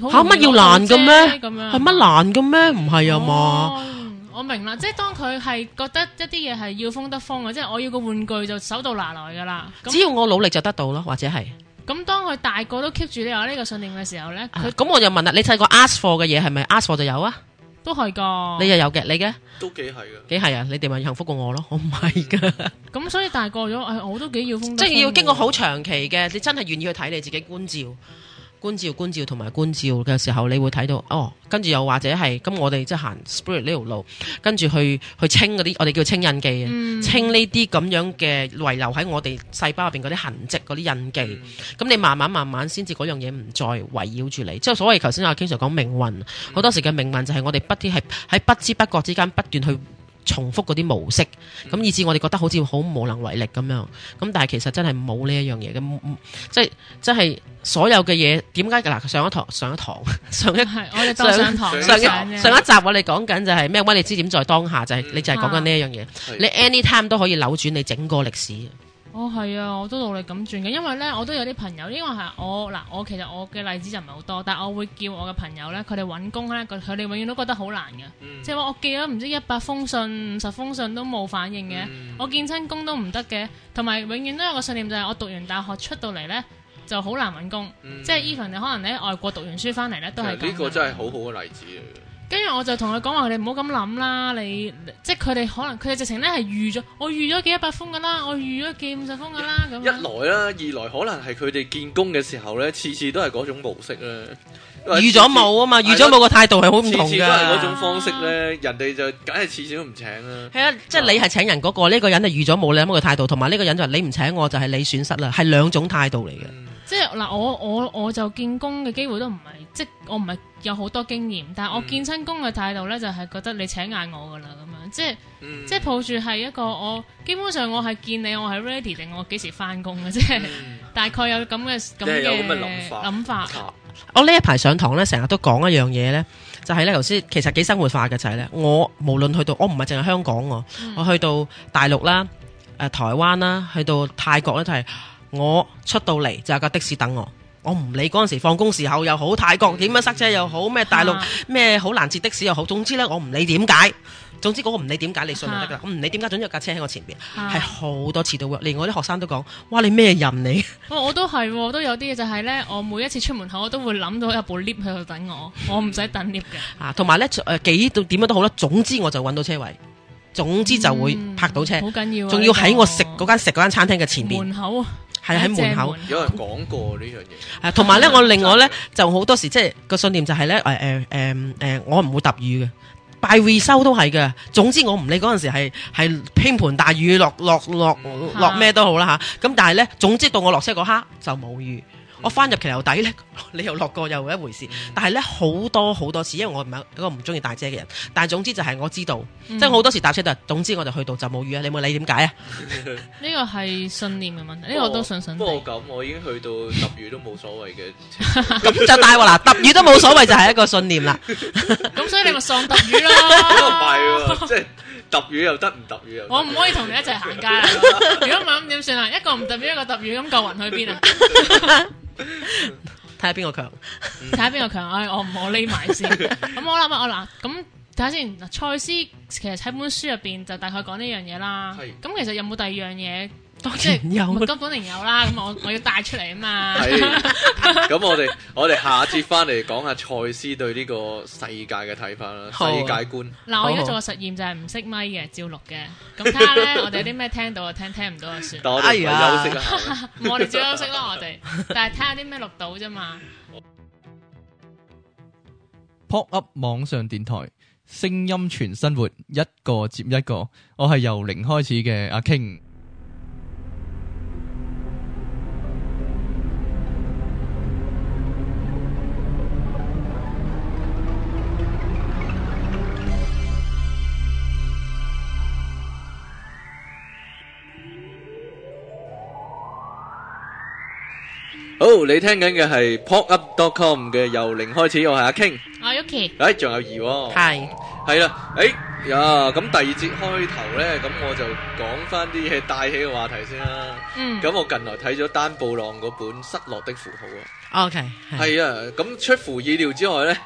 好嚇好乜要難嘅咩咁樣係乜難嘅咩？唔係啊嘛，哦我明啦，即係當佢係覺得一啲嘢係要風得風嘅，即係我要個玩具就手到拿來㗎啦。咁只要我努力就得到咯，或者係咁當佢大個都 keep 住你有呢個信念嘅時候咧，啊佢咁我就問啦，你細個 ask for 嘅嘢係咪 ask for 就有啊？都係噶。你又有嘅，你嘅都幾係噶，幾係啊？你哋咪幸福過我咯， 我唔係噶，咁所以大個咗，誒我都幾要風得風喎，即係要經過好長期嘅，你真係願意去睇你自己觀照。觀照、觀照同埋觀照嘅時候，你會睇到哦，跟住又或者係咁，我哋即係行 spirit 呢條路，跟住去去清嗰啲，我哋叫清印記嘅，嗯清呢啲咁樣嘅遺留喺我哋細胞入邊嗰啲痕跡、嗰啲印記。嗯咁你慢慢慢慢先至嗰樣嘢唔再圍繞住你，即係所謂頭先阿 King Sir 講命運，好多時嘅命運就係我哋不啲係喺不知不覺之間不斷去重複嗰啲模式，咁以致我哋覺得好似好無能為力咁樣。咁但係其實真係冇呢一樣嘢嘅，冇冇即係即係所有嘅嘢點解嗱上一堂 上一堂上一係我哋當上堂上一上上啫一集我哋講緊就係咩？喂，你知點在當下就係、嗯你就係講緊呢一樣嘢，係你 anytime 都可以扭轉你整個歷史。哦，係啊，我都努力咁轉嘅，因為咧，我都有啲朋友，因為係我嗱，我其實我嘅例子就唔係好多，但係我會叫我嘅朋友咧，佢哋揾工咧，佢佢哋永遠都覺得好難嘅，嗯即係話我寄咗唔知一百封信、五十封信都冇反應嘅，嗯我見親工都唔得嘅，同埋永遠都有個信念就係我讀完大學出到嚟咧就好難揾工，嗯即係 even 你可能你喺外國讀完書翻嚟咧都係其實呢咁啊個嘅。真係好好嘅例子啊嚟跟住我就同佢講話，你唔好咁諗啦，你即係佢哋可能佢哋直情咧係預咗，我預咗幾一百封噶啦，我預咗幾五十封噶啦咁嘅。啊樣。一來啦，二來可能係佢哋見工嘅時候咧，次次都係嗰種模式咧，預咗冇啊嘛，預咗冇個態度係好唔次次都同係嗰㗎。種方式咧，人哋就梗係次次都唔請啦。係啊，即係你係請人嗰個，呢個人係預咗冇你咁嘅態度，同埋呢個人就係你唔請我就係你損失啦，係兩種態度嚟嘅。嗯即係啊嗱，我我我就見工嘅機會都唔係，即係我唔係有好多經驗，但係我嗯見親工嘅態度咧就係覺得你請嗌我噶啦咁樣，即係嗯即係抱住係一個我基本上我係見你我係 ready 定我幾時翻工嘅，即係嗯大概有咁嘅咁係嘅有咁嘅諗法諗法，啊我呢一排上堂咧，成日都講一樣嘢咧，就係咧頭先其實幾生活化嘅就係咧，我無論去到我唔係淨係香港喎，我去到大陸啦、誒、台灣啦，去到泰國咧就係、我出到嚟就有架的士等我。我唔理嗰陣時放工時候又好，泰國點樣塞車又好，咩大陸啊咩好難截的士又好，總之咧我唔理點解，總之嗰個唔理點解你信就得㗎啦，我唔理點解，總之有架車喺我前邊，啊係好多次到嘅，連我啲學生都講：哇，你咩人嚟？ 哦我我都係喎，我都有啲嘢就係咧，我每一次出門口我都會諗到有部 lift 喺度等我，我唔使等 lift 嘅。啊，同埋咧誒幾到點樣都好啦，總之我就揾到車位，總之就會嗯拍到車，好緊要啊。仲要喺我食呢嗰個間食嗰間餐廳嘅前邊，門口啊，係喺門口。正有人講過呢樣嘢。啊同埋咧，我另外咧 真係就好多時即係個信念就係咧誒誒誒誒，我唔會揼雨嘅。拜回收都係嘅，總之我唔理嗰陣時係係傾盆大雨落落落落咩都好啦吓，咁但係咧，總之到我落車嗰刻就冇雨，我翻入騎樓底咧， 你又落過又一回事。但係咧好多好多次，因為我唔係一個唔中意帶遮嘅人，但係總之就係我知道，嗯即係我好多時搭車都係，總之我就去到就冇雨啊！你冇理點解 啊？嗯呢個係信念嘅問題，呢個我都信信不過地。不過咁，我已經去到揼雨都冇所謂 嘅。咁就大鑊啦，揼雨都冇所謂，就係一個信念 啦。咁所以你咪喪揼魚 咁唔咯。係喎，即係揼雨又得，唔揼雨又得。我唔可以同你一齊行街 啦。如果唔係咁點算啊？一個唔揼魚，一個揼魚，咁救雲去邊啊？睇下邊個強。睇下邊個強，唉，我唔好匿埋先。咁我諗啊，我嗱，咁睇下先。嗱，賽斯其實喺本書入邊就大概講呢樣嘢啦係。咁其實有冇第二樣嘢？當即係 然有啦咁本定有啦。咁我我要帶出嚟啊嘛。係。咁我哋我哋下節翻嚟講下賽斯對呢個世界嘅睇法啦，世好啊界觀。嗱，我而家做個實驗就係唔識咪嘅，照錄嘅。咁睇下咧，我哋有啲咩聽到就聽，聽唔到就算。但我哋唔哎呀係休息一下咩。我哋照休息啦，我哋。但係睇下啲咩錄到啫嘛。 Pop Up 網上電台，聲音全生活，一個接一個。我係由零開始嘅阿 King。好，你聽緊嘅係 popup.com 嘅由零開始，我係阿 King。我係啊 Yuki，誒，哎仲有怡喎。係係啦，誒呀，咁第二節開頭咧，咁我就講翻啲嘢帶起嘅話題先啦。嗯，咁我近來睇咗丹布朗嗰本《失落的符號》啊。 ，OK，係係啊，咁出乎意料之外咧，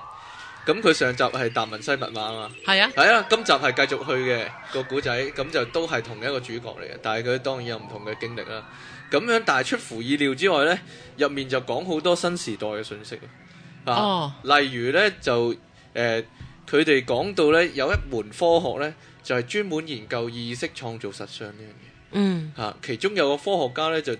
咁佢上集係達文西密碼啊嘛，係啊，係啊，今集係繼續去嘅個古仔，咁就都係同一個主角嚟嘅，但係佢當然有唔同嘅經歷啦。咁樣，但係出乎意料之外咧，入面就講好多新時代嘅信息啊，哦例如咧就誒，呃佢哋講到咧有一門科學咧就係、專門研究意識創造實相呢樣嘢。嗯，嚇、其中有個科學家咧就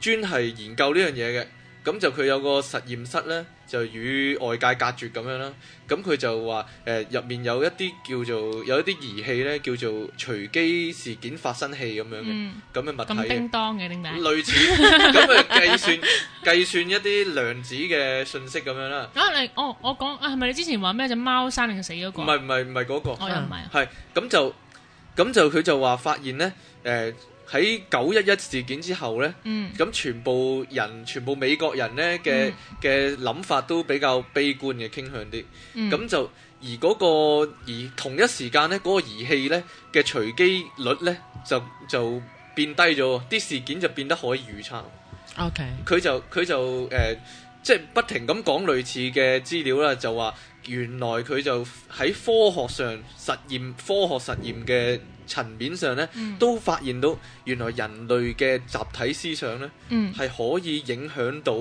專係研究呢樣嘢嘅，咁就佢有個實驗室咧就與外界隔絕咁樣啦，咁佢就話誒入面有一啲叫做有一啲儀器咧叫做隨機事件發生器咁樣嘅嗯，咁嘅、物咁體嘅叮。當嘅點解？ 類似咁啊，計算計算一啲量子嘅信息咁樣啦，啊，你哦，我講啊，係咪你之前話咩只貓生定死嗰唔個？係唔係唔係嗰個，我又唔係啊。係咁就咁就佢就話發現咧，誒喺九一一事件之後咧，嗯，咁全部人、全部美國人咧嘅嗯嘅諗法都比較悲觀嘅傾向啲，咁、嗯就而嗰、個而同一時間咧，嗰、個儀器咧嘅隨機率咧就就變低咗喎，啲事件就變得可以預測。 OK，佢就佢就誒、呃即係不停咁講類似嘅資料啦，就話原來佢就喺科學上實驗、科學實驗嘅層面上呢，嗯都發現到原來人類嘅集體思想呢，嗯係可以影響到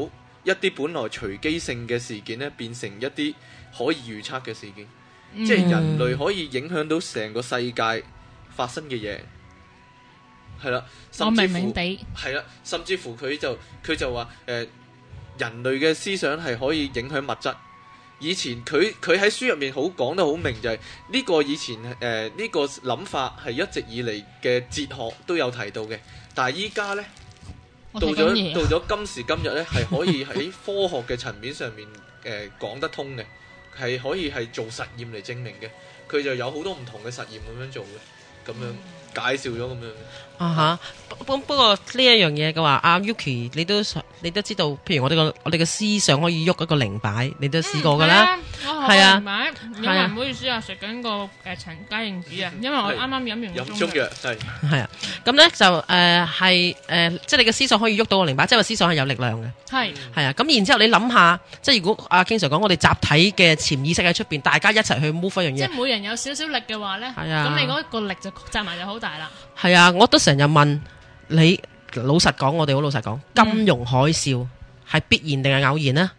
一啲本來隨機性嘅事件呢，變成一啲可以預測嘅事件，嗯即係人類可以影響到成個世界發生嘅嘢，係啦，我甚至明乎明。地係啦，甚至乎佢就佢就話誒、呃人類嘅思想係可以影響物質。以前佢佢喺書入面好講得好明，就係、呢個以前誒呃呢、個諗法係一直以嚟嘅哲學都有提到嘅，但係依家呢，我到睇緊咗嘢到啊，咗今時今日呢，係可以喺科學嘅層面上面誒、呃、講得通嘅，係可以係做實驗嚟證明嘅。佢就有好多唔同嘅實驗咁樣做嘅，咁樣介紹咗咁樣。啊哈，不不不過呢一樣嘢嘅話，阿 Yuki 你都想你都知道，譬如我哋個我哋嘅思想可以喐一個零擺，你都試過㗎啦。嗯，係係啊啊，我學係啊唔好意思啊，食緊個誒陳家認子啊，因為我係啱啱飲完個飲中藥係係啊，咁咧就誒係誒，即係你嘅思想可以喐到個零擺，即係話思想係有力量嘅。係係啊，咁然之後你諗下，即係如果阿 King Sir 講，我哋集體嘅潛意識喺出邊，大家一齊去 move 一樣即嘢。係每人有少少力嘅話咧，係啊咁你嗰個力就集埋就好大啦。係啊，我都成日問你，老實講，我哋好老實講，嗯金融海嘯係必然定係偶然呢？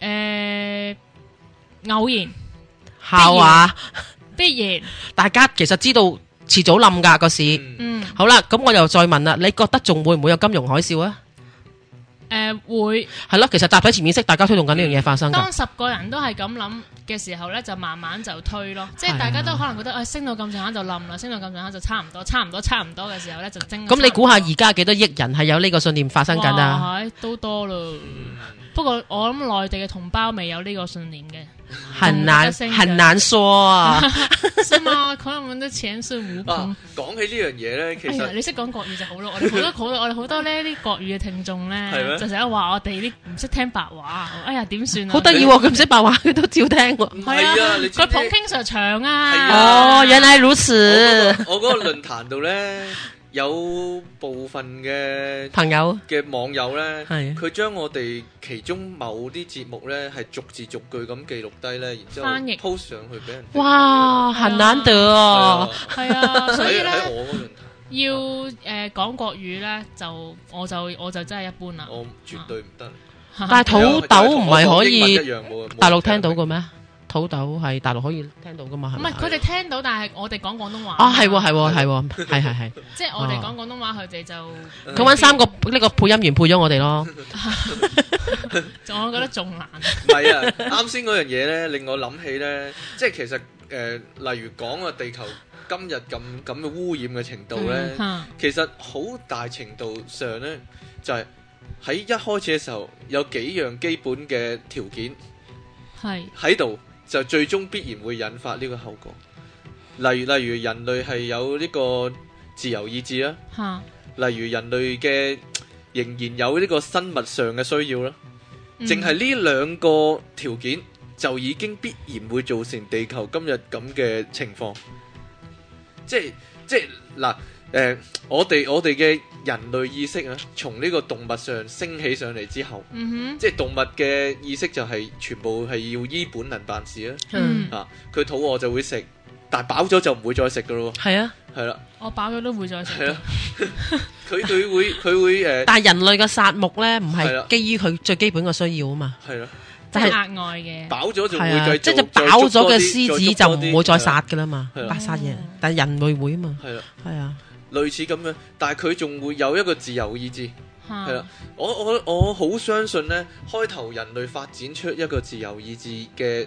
誒，偶然嚇話，必然，啊大家其實知道遲早冧㗎個市。嗯嗯，好啦，咁我又再問啦，你覺得仲會唔會有金融海嘯啊？誒會。係咯，其實集體潛意識，大家推動緊呢樣嘢發生㗎當。十個人都係咁諗嘅時候呢，就慢慢就推咯。即係啊係大家都可能覺得，哎，升到咁上下就冧啦，升到咁上下就差唔多，差唔多，差唔多嘅時候呢，就蒸。咁你估下而家幾多億人係有呢個信念發生緊啊？哇？係都多咯。不過我諗內地嘅同胞未有呢個信念嘅，很仲有難得升㗎很難說啊。 是嘛？ 可能揾得錢孫悟空啊。，講起呢樣嘢呢，其哎實呀，你識講國語就好咯。我哋好多好多我哋好多呢啲國語嘅聽眾係咩呢，就成日話我哋啲唔識聽白話。哎呀，點算啊？好得意喎！佢唔識白話，佢都照聽喎。唔係係啊，你知佢唔知捧 King Sir 場啊。係啊哦，原來如此，我嗰個論壇度呢，有部分嘅朋友嘅網友呢，係佢將我哋其中某啲節目呢，係逐字逐句咁記錄低呢，然之後翻譯 post 上去俾人。！哇，很難得係啊！哦係啊，所以喺呢。喺我嗰個論壇，要誒講國語咧，就我就我就真係一般啦。哦我絕對唔得。但係土豆唔係可係啊以就係同我講英文一樣冇大陸聽到嘅？咩？土豆係大陸可以聽到噶嘛？唔係咪係？佢哋聽到，但係我哋講廣東話。啊，係喎，係喎，係喎，係係係。即係我哋講廣東話，佢哋就冇佢揾三個呢個配音員配咗我哋咯。就我覺得仲難。唔係啊，啱先嗰樣嘢咧，令我諗起咧，即係其實誒、呃例如講個地球今日咁咁嘅污染嘅程度咧，嗯嚇其實好大程度上咧，就係、喺一開始嘅時候有幾樣基本嘅條件係喺度，就最終必然會引發呢個後果。例如例如人類係有呢個自由意志啦，嚇，例如人類嘅仍然有呢個生物上嘅需要啦。嗯淨係呢兩個條件就已經必然會造成地球今日咁嘅情況，即係即係嗱，誒、我哋我哋嘅人類意識啊，從呢個動物上升起上嚟之後，嗯哼即係動物嘅意識就係全部係要依本能辦事啦，嗯，啊，佢肚餓就會食，但飽咗就唔會再食噶咯係啊，喎，係啦，我飽咗都會係再食啊。佢佢會佢會誒，但係人類嘅殺戮咧，唔係啦係基於佢最基本嘅需要啊嘛，係啦，即就係係額外嘅。飽咗就係啊，會即繼係續就飽咗嘅再捉多啲獅子捉就多啲唔會再係啦殺噶啦嘛，係啊白殺嘢哦，但係人類會啊嘛，係啦。係啊，類似咁樣，但係佢仲會有一個自由意志。啊嚇係啦我我我好相信呢，開頭人類發展出一個自由意志嘅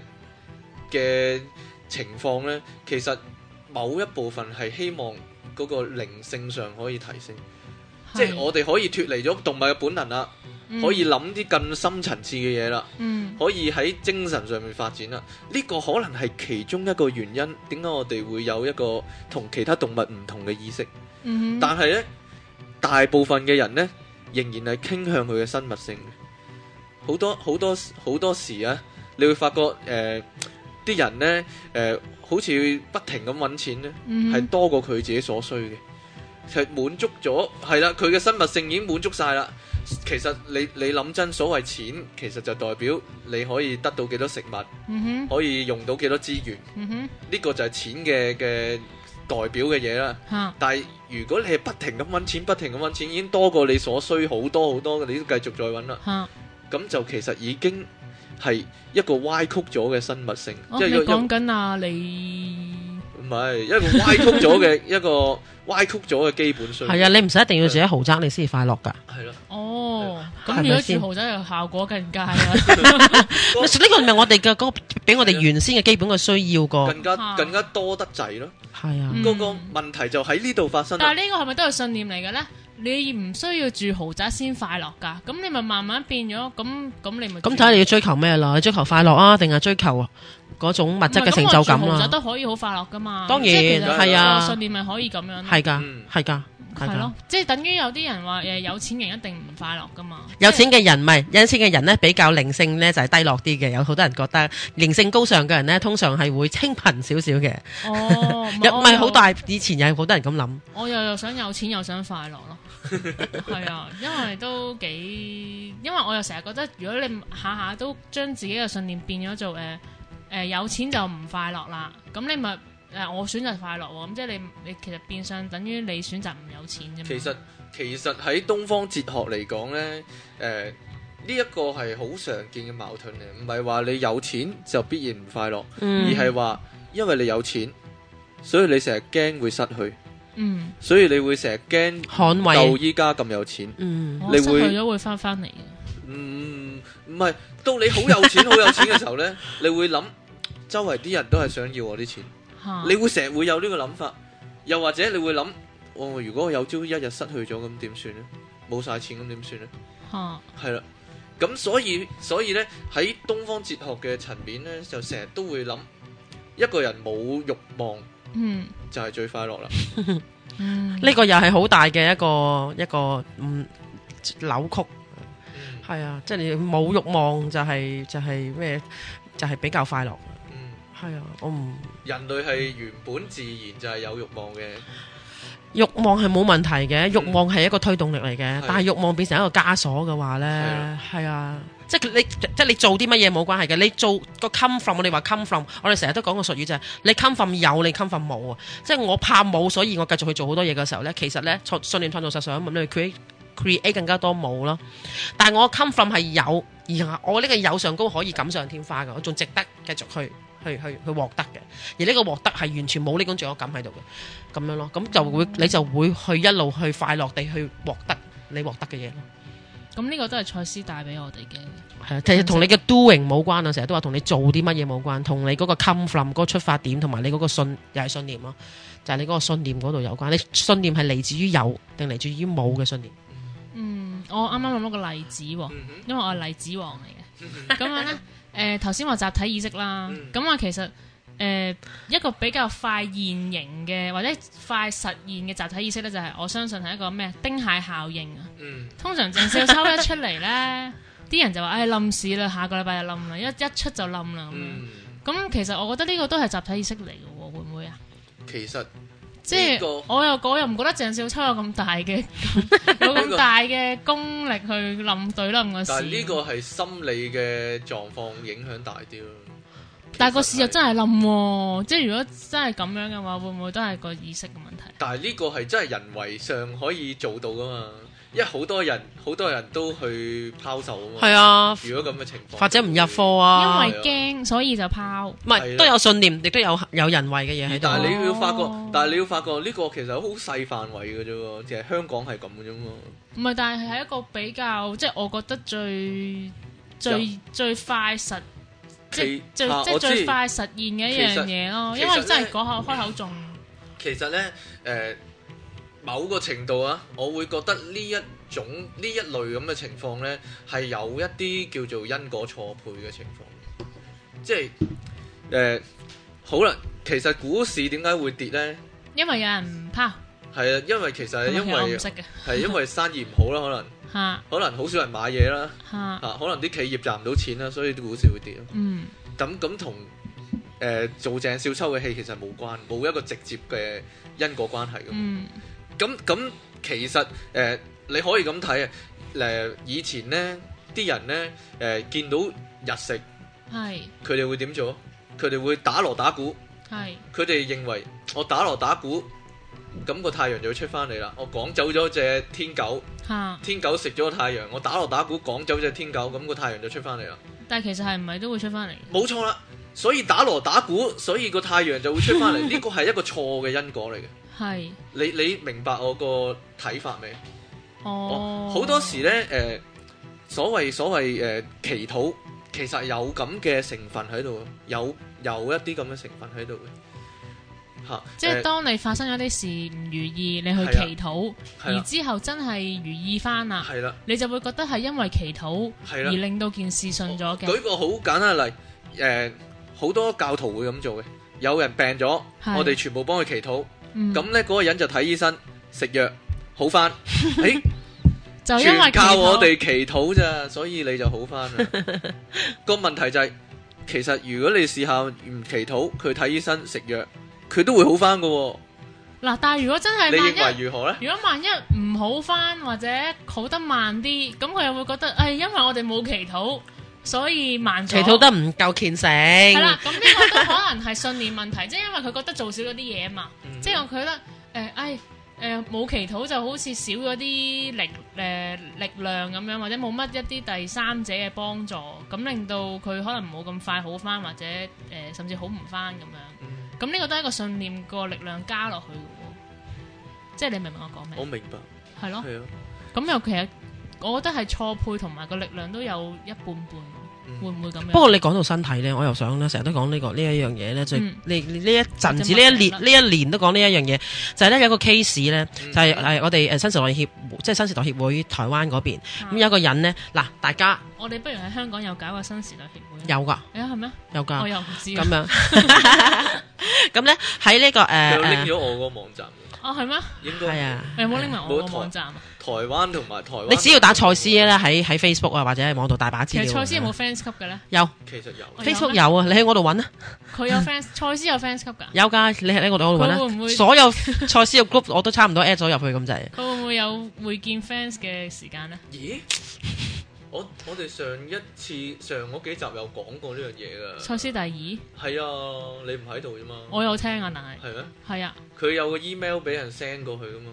嘅情況呢，其實某一部分係希望嗰個靈性上可以提升，即係我哋可以脱離咗動物嘅本能啦，可以。諗啲更深層次嘅嘢啦，嗯可以喺精神上面發展啦。呢、個可能係其中一個原因，點解我哋會有一個同其他動物唔同嘅意識。嗯嗯哼但係咧，大部分嘅人咧，仍然係傾向佢嘅生物性嘅。好多好多好多時啊，你會發覺誒，呃啲、人咧誒、呃好似不停咁揾錢咧，係、嗯哼多過佢自己所需嘅。係滿足咗，係啦，佢嘅生物性已經滿足晒啦。其實你你諗真，所謂錢其實就代表你可以得到幾多食物，嗯哼，可以用到幾多資源，嗯哼，呢、個就係錢嘅嘅代表嘅嘢啦。吓，但係如果你係不停咁揾錢，不停咁揾錢，已經多過你所需好多好多，你都繼續再揾啦。吓，咁就其實已經係一個歪曲咗嘅生物性，哦，即係你一個講緊啊，你唔係一個歪曲咗嘅一個 歪曲咗嘅基本需要。係啊，你唔使一定要住喺豪宅你先至快樂係㗎。啊咯，哦，係咁咪如果先住豪宅嘅效果更加係啦。呢個唔係我啊哋嘅嗰個俾我哋原先嘅基本嘅需要個，更加啊更加多得滯咯。係啊，嗯嗰個問題就喺呢度發生啦但。係呢個係咪都係信念嚟嘅咧？你唔需要住豪宅先快樂㗎，咁你咪慢慢變咗，咁咁你咪咁睇下你要追求咩啦？你追求快樂啊，定係追求嗰種物物質嘅成就感啊豪宅啦？都可以好快樂㗎嘛。當然即係其實係啊信念咪可以咁樣咯。係㗎嗯，係㗎，係係㗎咯。，即係等於有啲人話誒有錢人一定唔快樂㗎嘛。有錢嘅人唔係，有錢嘅人咧比較靈性咧就係低落啲嘅，有好多人覺得靈性高尚嘅人咧通常係會清貧少少嘅，即係哦， 唔又唔係好。我又大。以前有好多人咁諗，我又又想有錢又想快樂 咯，係啊，因為都幾，因為我又成日覺得，如果你下下都將自己嘅信念變咗做誒誒、呃有錢就唔快樂啦，咁你咪誒、呃我選擇快樂喎，咁即係你你其實變相等於你選擇唔有錢啫嘛。其實其實喺東方哲學嚟講呢，誒呢一個係好常見嘅矛盾嚟，唔係話你有錢就必然唔快樂，而嗯，係話因為你有錢，所以你成日驚會失去，嗯，所以你會成日驚捍到衞，依家咁有錢。嗯，我你失會去咗會翻翻嚟嘅，嗯，唔係到你好有錢好有錢嘅時候呢，你會諗周圍啲人都係想要我啲錢，嚇你會成日會有呢個諗法，又或者你會諗，哦，如果我有朝一日失去咗咁點算呢？冇晒錢咁點算呢？嚇系啦，咁所以所以咧喺東方哲學嘅層面咧，就成日都會諗一個人冇欲望嗯就係最快樂啦。嗯，呢個又係好大嘅一個一個嗯扭曲。嗯係啊，即係你冇欲望就係、就係、咩，就係、比較快樂。嗯，係啊，我唔人類係原本自然就係有欲望嘅，欲望係冇問題嘅，欲望係一個推動力嚟嘅係，嗯但係欲望變成一個枷鎖嘅話咧，係啊。即係你，即係你做啲乜嘢冇關係嘅。你做個 come from，我哋話 come from，我哋成日都講個術語就係、你 come from 有，你 come from 冇啊。即係我怕冇，所以我繼續去做好多嘢嘅時候咧，其實咧創信念創造實上，咁你去 create create 更加多冇咯。但係我 come from 係有，而我呢個有上高可以錦上添花嘅，我仲值得繼續去去去去獲得嘅。而呢個獲得係完全冇呢種罪惡感喺度嘅，咁樣咯，咁就會你就會去一路去快樂地去獲得你獲得嘅嘢咯。咁呢個都係賽斯帶俾我哋嘅，係啊，其實同你嘅 doing 冇關啊，成日都話同你做啲乜嘢冇關，同你嗰個 come from 嗰個出發點同埋你嗰個信又係信念咯，就係、你嗰個信念嗰度有關。你信念係嚟自於有定嚟自於冇嘅信念？嗯，我啱啱諗到個例子喎。嗯哼因為我係例子王嚟嘅。咁樣咧，誒頭先話集體意識啦嗯，咁啊其實誒、呃一個比較快現形嘅或者快實現嘅集體意識咧，就係、我相信係一個咩丁蟹效應啊。嗯，通常鄭少秋一出 嚟咧，啲人就話：，唉、冧市啦，下個禮拜就冧啦，一一出就冧啦咁樣。嗯，咁、其實我覺得呢個都係集體意識嚟嘅喎，會唔會啊？其實即係、呢個我又我又唔覺得鄭少秋有咁大 嘅呢有咁個大嘅功力去冧對冧個市。但係呢個係心理嘅狀況影響大啲咯。但係個市又真係，係冧喎，即係如果真係咁樣嘅話，會唔會都係個意識嘅問題？但係呢個係真係人為上可以做到噶嘛，因為好多人好多人都去拋售啊嘛。係啊，如果咁嘅情況，或者唔入貨啊，因為驚，所以就拋。唔係係啦都有信念，亦都有有人為嘅嘢喺而度。但係你要發覺哦，但係你要發覺呢個其實好細範圍嘅啫喎，淨係香港係咁嘅啫嘛。唔係，但係係一個比較，即係我覺得最最最快實，即係其最啊即我係知最快實現嘅一樣嘢咯。其實因為真係嗰下其實呢開口中，其實呢，誒、某個程度啊，我會覺得呢一種呢一類咁嘅情況呢，係有一啲叫做因果錯配嘅情況，即係誒、好啦。其實股市點解會跌呢？因為有人唔拋，係啊，因為其實係因同埋我為唔識嘅係因為生意唔好啦，嚇可能可能好少人買嘢啦，嚇，啊，可能啲企業賺唔到錢啦，所以啲股市會跌啦。嗯咁咁同誒做鄭少秋嘅戲其實冇關，冇一個直接嘅因果關係咁。嗯咁咁其實誒、呃你可以咁睇啊，誒、以前呢啲人呢，誒、見到日食，係佢哋會點做？佢哋會打鑼打鼓，係佢哋認為我打鑼打鼓，咁、個太陽就會出翻嚟啦。我趕走咗只天狗，嚇，天狗食咗個太陽，我打鑼打鼓趕走只天狗，咁、個太陽就出翻嚟啦。但係其實係唔係都會出翻嚟？冇錯啦，所以打鑼打鼓，所以個太陽就會出翻嚟。呢個係一個錯嘅因果嚟嘅。係你你明白我個睇法未？哦，好多時咧，誒、所謂所謂誒、祈禱，其實有咁嘅成分喺度，有有一啲咁嘅成分喺度嘅，嚇、即係誒當你發生咗啲事唔如意，你去係啊祈禱，係而啦，之後真係如意翻啦，係啦，你就會覺得係因為祈禱係而啦。哦令到件事順咗嘅。舉個好簡單嘅例，誒、好多教徒會咁做嘅，有人病咗，係我哋全部幫佢祈禱，嗯咁咧嗰個人就睇醫生，食藥好 哎翻，誒、就哦因為全祈靠禱我哋祈禱咋，所以你就好翻 啦。個問題就係、其實如果你試下唔祈禱，佢睇醫生食藥，佢都會好翻噶、喎。嗱，但係如果真你係萬認一，為如何呢？如果萬一唔好翻或者好得慢啲，咁佢又會覺得，誒，因為我哋冇祈禱，所以慢咗。祈禱得唔夠虔係誠啦，，咁呢個都可能係信念問題，即係因為佢覺得做少咗啲嘢啊嘛。嗯即係佢覺得誒，呃唉、誒冇、祈禱就好似少咗啲力誒、力量咁樣，或者冇乜一啲第三者嘅幫助，咁令到佢可能冇咁快好翻，或者誒、甚至好唔翻咁樣。嗯咁呢個都係一個信念個力量加落去嘅喎，即係你明唔明我講嗯我咩？明白，係咯，係啊，咁又其實我覺得係錯配同埋個力量都有一半半喎，嗯會唔會咁樣？不過你講到身體咧，我又想咧，成日都講呢、個呢一樣嘢咧，就嗯呢呢一陣子就呢問一啦年呢一年都講呢一樣嘢，就係咧有一個 case 咧，嗯就係誒我哋誒新時代協會即係新時代協會台灣嗰邊，咁有一啊個人咧，嗱大家我哋不如喺香港又搞個新時代協會啊，有噶有係咩？有噶我又唔知啊咁樣， 咁咧喺呢個佢又拎誒咗我個網站，哦係咩？應誒係該啊。你有冇拎埋我個冇台網站啊？台灣同埋台灣。你只要打賽斯咧，喺喺 Facebook 啊，或者喺網度大把資其料。實賽斯有冇 fans 級嘅咧？有其實有，我有咩 Facebook 有啊？你喺我度揾啊，佢 有 fans，賽斯有 fans 級㗎。有噶，你喺我度揾佢會唔啊。會所有賽斯嘅 group 我都差唔多 add 咗入去咁滯。佢會唔會有會見 fans 嘅時間 咧？咦？我我哋上一次上嗰幾集有講過呢樣嘢賽噶，斯第二，係啊，你唔喺度啫嘛，我有聽啊，但係咩？係係啊，佢有個 email 俾人 send 過去噶嘛，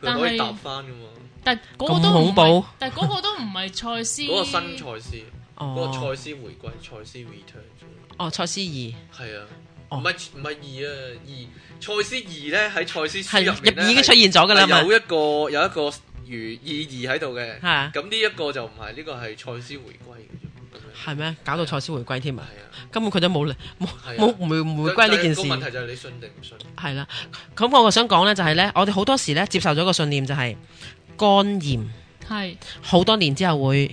但佢係可以答翻噶嘛。但係嗰個都咁唔恐怖係，但係嗰個都唔係賽 斯嗰個新賽事，嗰哦個賽事回歸，賽事 return，哦，賽斯二係啊，哦唔係唔係二啊，二賽事二咧喺賽事書係入面咧入已經出現咗噶啦係嘛有。一個有一個如意義喺度嘅，係啊咁呢一個就唔係，呢個係賽斯回歸嘅啫，係咩？搞到賽斯回歸添咁樣啊！係啊，根本佢都冇冇係啊冇回唔回歸呢件事但係個問題就係你信定唔信？係啦。咁我想講咧，就係咧，我哋好多時咧接受咗個信念就係肝炎，係好多年之後會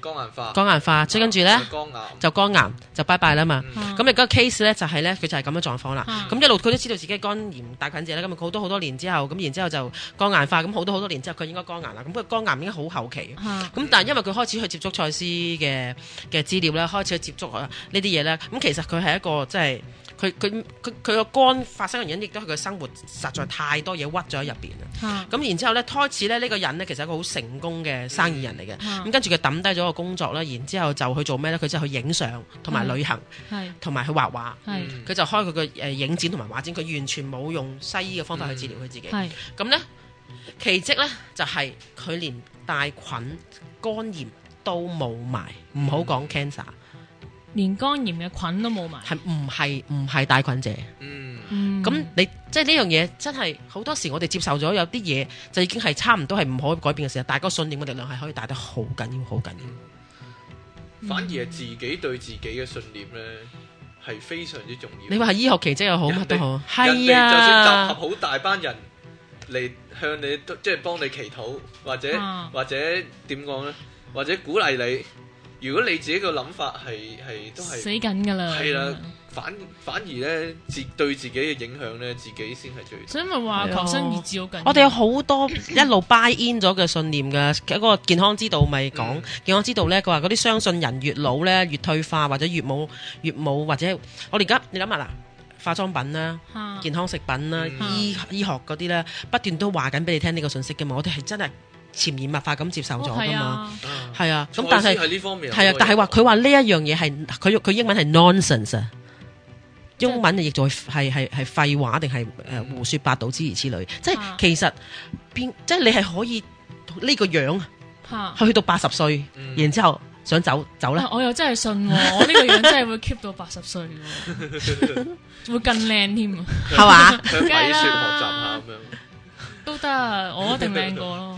肝硬化，肝硬化，即跟住咧肝癌，就肝癌就拜拜啦嘛。嗯咁而家 case 咧就係咧，佢就係咁嘅狀況啦嗯。咁一路佢都知道自己肝炎大菌者啦，咁好多好多年之後，咁然之後就肝硬化，咁好多好多年之後佢應該肝癌啦。咁佢肝癌應該好後期。嚇咁但係因為佢開始去接觸賽斯嘅嘅資料咧，開始去接觸啊呢啲嘢咧，咁其實佢係一個即係佢佢佢佢個肝發生嘅原因，亦都係佢生活實在太多嘢屈咗喺入邊啦。嚇咁然之後咧，開始咧呢、呢個人咧其實係一個好成功嘅生意人嚟嘅。嚇咁跟住佢抌低咗個工作啦，然之後就去做咩咧？佢就去影相同埋旅行，係同埋去畫畫。係嗯佢就開佢嘅誒影展同埋畫展，佢完全冇用西醫嘅方法去治療佢自己。係咁呢，奇蹟呢，就係、佢連大菌肝炎都冇埋，唔嗯好講 cancer，連肝炎嘅菌都冇埋。係唔係唔係帶菌者？嗯。嗯咁、你即係呢樣嘢真係好多時我哋接受咗有啲嘢就已經係差唔多係唔可以改變嘅事，但係個信念嘅力量係可以帶得好緊要，好緊要。反而係自己對自己嘅信念咧，係非常之重要。你話係醫學奇蹟又好，人哋乜都好，啊人係哋就算集啊，合好大班人嚟向你，即係幫你祈禱，或者、啊或者點講咧，或者鼓勵你。如果你自己個諗法係係都死係緊㗎啦。係啦，反反而咧自對自己嘅影響咧，自己先係最。所以咪話係啊求生意志好緊要。我哋有好 多一路 buy in 咗嘅信念嘅，嗰個健康之道咪講、嗯健康之道咧，佢話嗰啲相信人越老咧越退化或者越冇越冇或者我哋而家你諗下嗱，化妝品啦、嚇健康食品啦、嗯醫醫學嗰啲咧，不斷都話緊俾你聽呢個信息嘅嘛，我哋係真係潛移默化咁接受咗哦噶係嘛，啊，啊係啊，咁蔡但司係喺呢方面係啊，但係話佢話呢一樣嘢係佢佢英文係 nonsense 啊，英文就譯做係係係廢話定係誒胡說八道之如此類，即係啊其實變即係你係可以呢個樣嚇去到八十歲，嗯然之後想走走啦啊。我又真係信喎，我呢個樣真係會 keep 到八十歲喎， 會更靚添啊，係嘛？向米雪學習下啦咁樣。都得啊，我一定靚 過咯，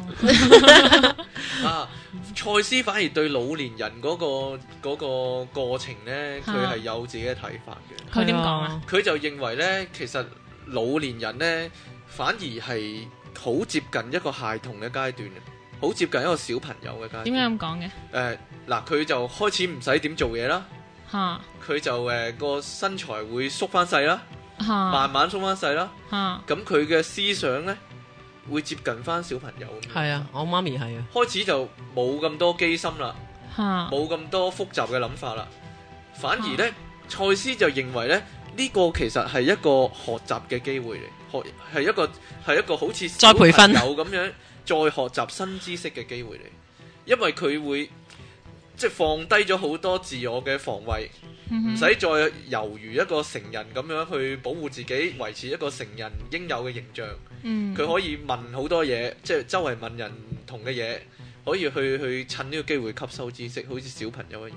啊，賽斯反而對老年人嗰、個嗰、個過程呢，啊佢係有自己嘅睇法嘅。佢點講啊？ 佢就認為呢，其實老年人呢，反而係好接近一個孩童嘅階段嘅，好接近一個小朋友嘅階點解段。咁講嘅？誒嗱，佢、就開始唔使點做嘢啦，嚇佢就誒個、身材會縮翻細啦，嚇啊慢慢縮翻細啦。嚇咁佢嘅思想呢，會接近翻小朋友咁樣。係啊，我媽咪係啊，開始就冇咁多機心啦。嚇冇咁多複雜嘅諗法啦。反而啊呢，賽斯就認為呢，呢、個其實係一個學習嘅機會嚟，學係一個係一個好似再培訓有咁樣再學習新知識嘅機會嚟，因為佢會即係放低咗好多自我嘅防衞，唔嗯使、哼再猶如一個成人咁樣去保護自己，維持一個成人應有嘅形象。嗯佢可以問好多嘢，即係周圍問人唔同嘅嘢，可以去去趁呢個機會吸收知識，好似小朋友一樣。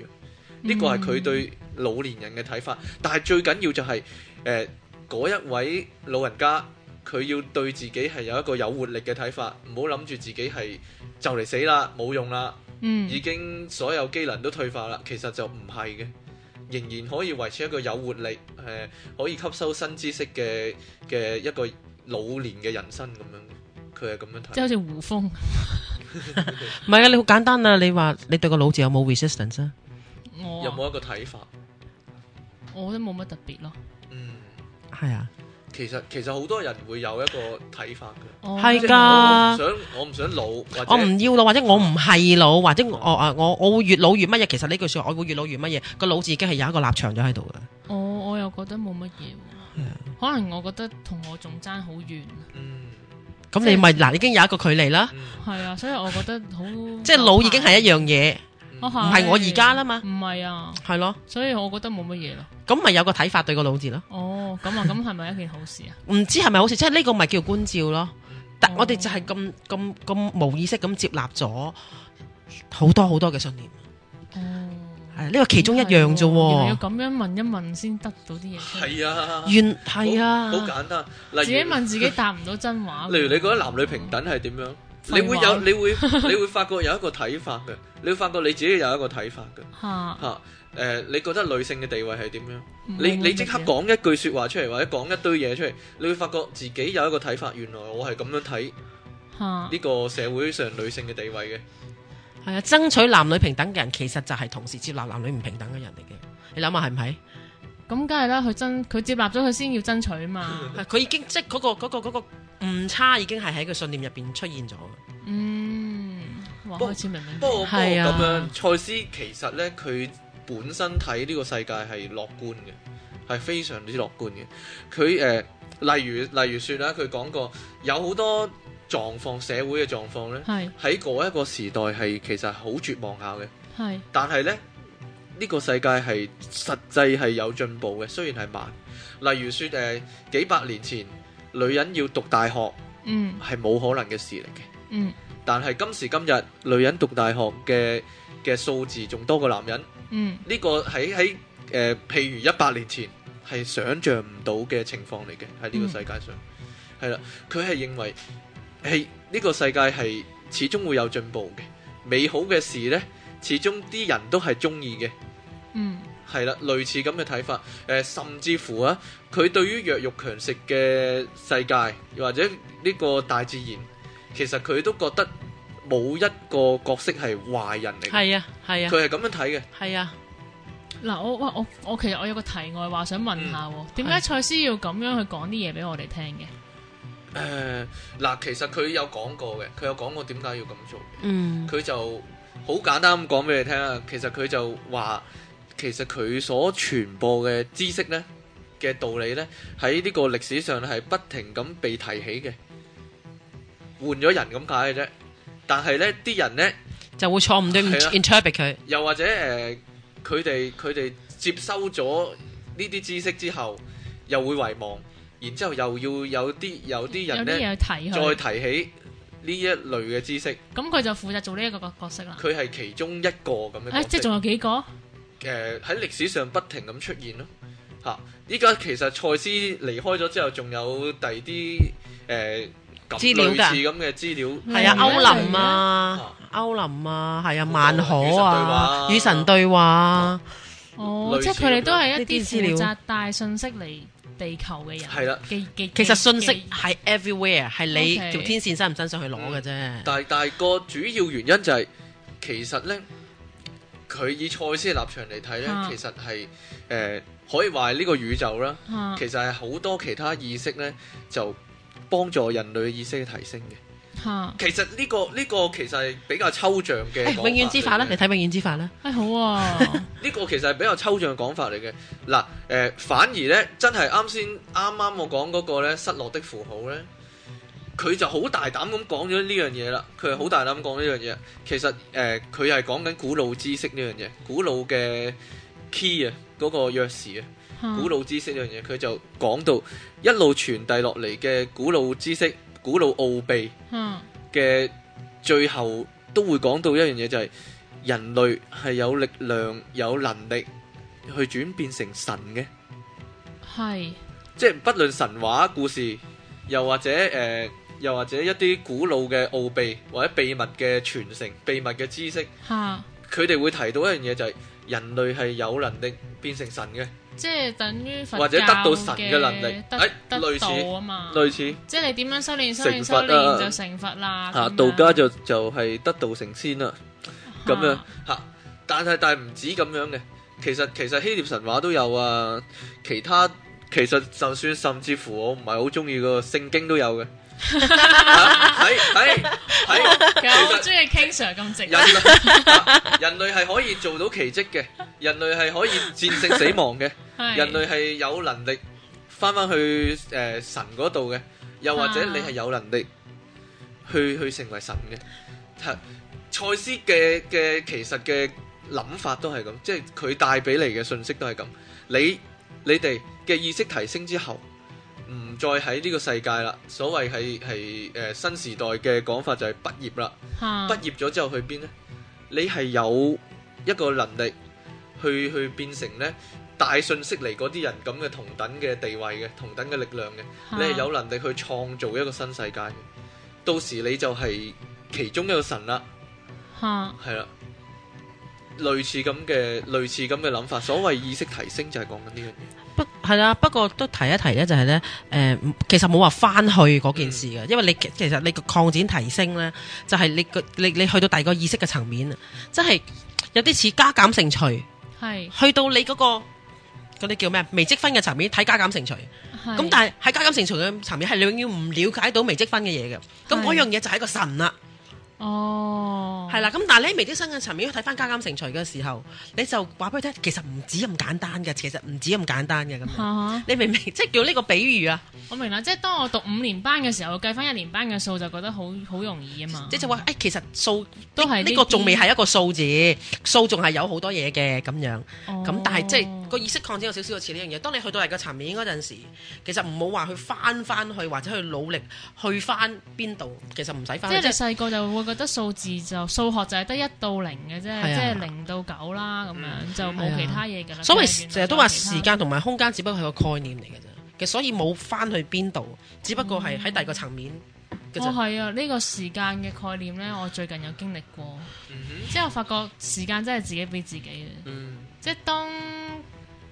呢個係佢對老年人嘅睇法，但係最緊要就係誒嗰一位老人家，佢要對自己係有一個有活力嘅睇法，唔好諗住自己係就嚟死啦，冇用啦，嗯已經所有機能都退化啦。其實就唔係嘅，仍然可以維持一個有活力，誒、可以吸收新知識嘅嘅一個老年嘅人生咁樣嘅，佢係咁樣即係好睇。似胡風唔係啊，你好簡單啊！你話你對個腦字有冇 resistance 啊？我有啊冇一個睇法？我都冇乜特別咯，嗯，係啊，其實其實好多人會有一個睇法嘅。我係即係㗎我唔想我唔想老，或者我唔要老，啊或者我唔係老，或者我啊我我會越老越乜嘢？其實呢句説話，我會越老越乜嘢？個腦字已經係有一個立場咗喺度㗎。我我又覺得冇乜嘢係喎啊，可能我覺得同我仲爭好遠，嗯咁你咪嗱已經有一個距離啦，嗯係啊，所以我覺得好即係老已經係一樣嘢，我唔係我而家啦嘛，唔係啊，係咯，所以我覺得冇乜嘢咯。咁咪有個睇法對個腦字咯。哦，咁啊，咁係咪一件好事啊？唔知係咪好事？即係呢個咪叫觀照咯。但哦我哋就係咁咁咁無意識咁接納咗好多好多嘅信念，哦，係呢個其中一樣啫原來要喎。咁樣問一問先得到啲嘢出嚟。係啊，原係啊，好簡單。例如自己問自己答唔到真話。例如你覺得男女平等係點樣？廢話你會有你會 你會發覺有一個睇法嘅，你會發覺你自己有一個睇法嘅嚇，嚇。誒、你覺得女性嘅地位係點樣？唔你冇你即刻乜嘢講一句説話出嚟，或者講一堆嘢出嚟，你會發覺自己有一個睇法，原來我係咁樣睇嚇呢個社會上女性嘅地位嘅。係啊，爭取男女平等嘅人其實就係同時接納男女唔平等嘅人嚟嘅。你諗下係唔係？咁梗係啦，佢爭佢接納咗佢先要爭取 嘛。係佢已經即係嗰個嗰、個嗰、個誤差已經係喺佢信念入邊出現咗。嗯，哇，不開始明明不過不過係咁啊樣，賽斯其實呢，佢本身睇呢個世界係樂觀嘅，係非常之樂觀嘅。佢誒、呃例如例如説啦，佢講過有好多狀況，社會嘅狀況呢，係喺嗰一個時代係其實好絕望下嘅，係但係呢，呢、個世界係實際係有進步嘅，雖然係慢。例如説誒、呃、幾百年前，女人要讀大學嗯係冇可能嘅事嚟嘅。嗯但係今時今日，女人讀大學嘅嘅數字仲多過男人，呢、嗯個喺喺誒譬如一百年前係想像唔到嘅情況嚟嘅，喺呢個世界上係啦，佢係、認為係呢個世界係始終會有進步嘅，美好嘅事呢，始終啲人都係中意嘅。嗯係啦，類似咁嘅睇法，誒、甚至乎啊，佢對於弱肉強食嘅世界，又或者呢個大自然，其實佢都覺得冇一個角色係壞人嚟嘅，係啊，係啊，佢係咁樣睇嘅。係啊，嗱，我喂我我其實我有個題外話想問下喎，點解係賽斯要咁樣去講啲嘢俾我哋聽嘅？誒、嗱，其實佢有講過嘅，佢有講過點解要咁做，嗯，佢就好簡單咁講俾你聽啊。其實佢就話，其實佢所傳播嘅知識呢，嘅道理呢，喺呢個歷史上係不停咁被提起嘅，換咗人咁解嘅啫。但係呢啲人呢，就會錯誤地係啊 interpret 佢，又或者誒，佢哋佢哋接收咗呢啲知識之後，又會遺忘，然之後又要有啲有啲人有啲呢，嘢提再佢，提起呢一類嘅知識，咁佢就負責做呢一個角角色啦。佢係其中一個咁樣角色。誒，即係仲有幾個？誒呃喺歷史上不停咁出現咯。嚇、依家其實賽斯離開咗之後，仲有第二啲誒咁資料㗎類似咁嘅資料，係啊，嗯歐林啊，歐林啊，係啊，萬可啊，與與神神對話啊，哦，類即似係佢哋都係一呢啲啲資負料責帶信息嚟地球嘅人。係啦嘅嘅其實信息嘅係 everywhere，係你 OK 條天線伸唔伸上去攞嘅啫。但係但係個主要原因就係、其實呢，佢以賽斯嘅立場嚟睇呢，啊其實係誒、呃可以話係呢個宇宙啦，啊其實係好多其他意識呢，就幫助人類意識嘅提升嘅。啊其實呢、個呢、個其實係比較抽象嘅講法誒，嚟嘅。永遠之嗯法啦，你睇永遠之法啦，哎好 啊，呢個其實係比較抽象嘅講法嚟嘅。嗱，誒、反而呢，真係啱先啱啱我講嗰個咧失落的符號呢，佢就好大膽咁講咗呢樣嘢啦。佢係好大膽講呢樣嘢。其實誒，佢係講緊古老知識呢樣嘢，古老嘅 key 啊，嗰、個鑰匙啊，啊古老知識呢樣嘢，佢就講到一路傳遞落嚟嘅古老知識、古老奧秘。啊嘅最後都會講到一樣嘢，就係人類係有力量、有能力去轉變成神嘅，係即係不論神話故事，又或者誒、呃又或者一啲古老嘅奧秘或者秘密嘅傳承、秘密嘅知識，嚇，佢哋會提到一樣嘢，就係人類係有能力變成神嘅，即係等於佛或者教得到神嘅能力得哎得類似道啊嘛，類似即係你點樣修練修成練佛修啊練就成佛啦。嚇、咁樣道家就就係、得道成仙啦。咁樣啊嚇。但係但係唔止咁樣嘅，其實其實希臘神話都有啊，其他其實就算甚至乎我唔係好中意嗰個聖經都有嘅。喺喺 喺，其實我好中意 King Sir 咁直人類、啊人類係可以做到奇蹟嘅，人類係可以戰勝死亡嘅，係人類係有能力翻翻去誒、呃神嗰度嘅，又或者啊你係有能力去去成為神嘅。係賽斯嘅嘅其實嘅諗法都係咁，即係佢帶俾你嘅信息都係咁。你你哋嘅意識提升之後，唔再喺呢個世界啦。所謂係係誒新時代嘅講法就係畢業啦。嚇畢業咗之後去邊呢？你係有一個能力去去變成呢大信息嚟嗰啲人咁嘅同等嘅地位嘅同等嘅力量嘅，嚇你係有能力去創造一個新世界嘅。到時你就係其中一個神啦，嚇係啦。類似咁嘅類似咁嘅諗法，所謂意識提升就係講緊呢不係啦，不過都提一提咧，就係咧，誒，其實冇話翻去嗰件事嗯嘅，因為你其其實你個擴展提升咧，就係你個你你去到第二個意識嘅層面啊，即係有啲似加減乘除，係去到你嗰個嗰啲叫咩啊微積分嘅層面睇加減乘除。係咁但係喺加減乘除嘅層面係你永遠唔了解到微積分嘅嘢嘅，咁係嗰樣嘢就係一個神啦，哦係啦。咁但係你喺微積分嘅層面去睇翻加減乘除嘅時候，你就話俾佢聽，其實唔止咁簡單嘅，其實唔止咁簡單嘅咁樣。嚇你明唔明？即係叫呢個比喻啊，我明啦，即係當我讀五年班嘅時候，計翻一年班嘅數就覺得好好容易啊嘛。即係話哎誒，其實數都係呢呢個啲仲未係一個數字，數仲係有好多嘢嘅咁樣。哦咁但係即係個意識擴展有少少似呢樣嘢。當你去到第二個層面嗰陣時，其實唔好話去翻翻去或者去努力去翻邊度，其實唔使翻即係去。你細個就會覺得數字就數學就係得一到零嘅啫，即啊係零到九啦咁樣，就係冇啊其他嘢㗎啦。所即係原謂來成日都話仲有其他時間同埋空間，只不過係個概念嚟嘅啫。其實所以冇翻去邊度，只不過係喺第二個層面嘅哦，啫。係啊！呢、個時間嘅概念呢，我最近有經歷過，樣嗯嘢。之後發覺時間真係自己俾自己嘅，嗯即係當誒、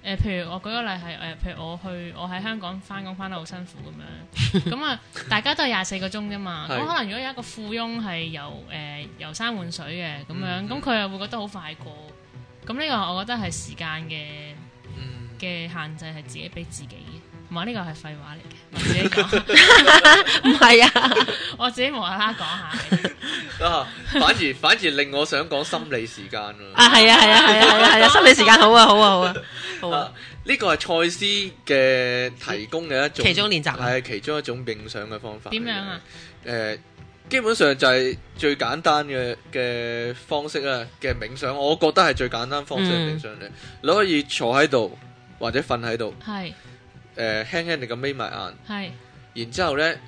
呃譬如我舉個例係誒、呃譬如我去我喺香港翻工翻得好辛苦咁 樣，咁啊大家都係廿四個鐘啫嘛，咁係可能如果有一個富翁係由誒、呃遊山玩水嘅咁樣，嗯咁佢又會覺得好快過，咁呢個我覺得係時間嘅嗯嘅限制係自己俾自己嘅，同埋呢個係廢話 嚟嘅，我自己講， 唔係啊，我自己無啦啦講下嘅。嗯啊，反而反而令我想講心理時間啊。啊係啊係啊係啊係啊係啊，心理時間好啊好啊好啊。好啊，呢個係賽斯嘅提供嘅一種，其中練習啊，係其中一種影相嘅方法。點樣啊？誒、基本上就係最簡單嘅嘅方式啦，嘅冥想，我覺得係最簡單方式嗯嘅冥想嚟。你可以坐喺度或者瞓喺度，係誒、輕輕地咁眯埋眼，係然之後咧，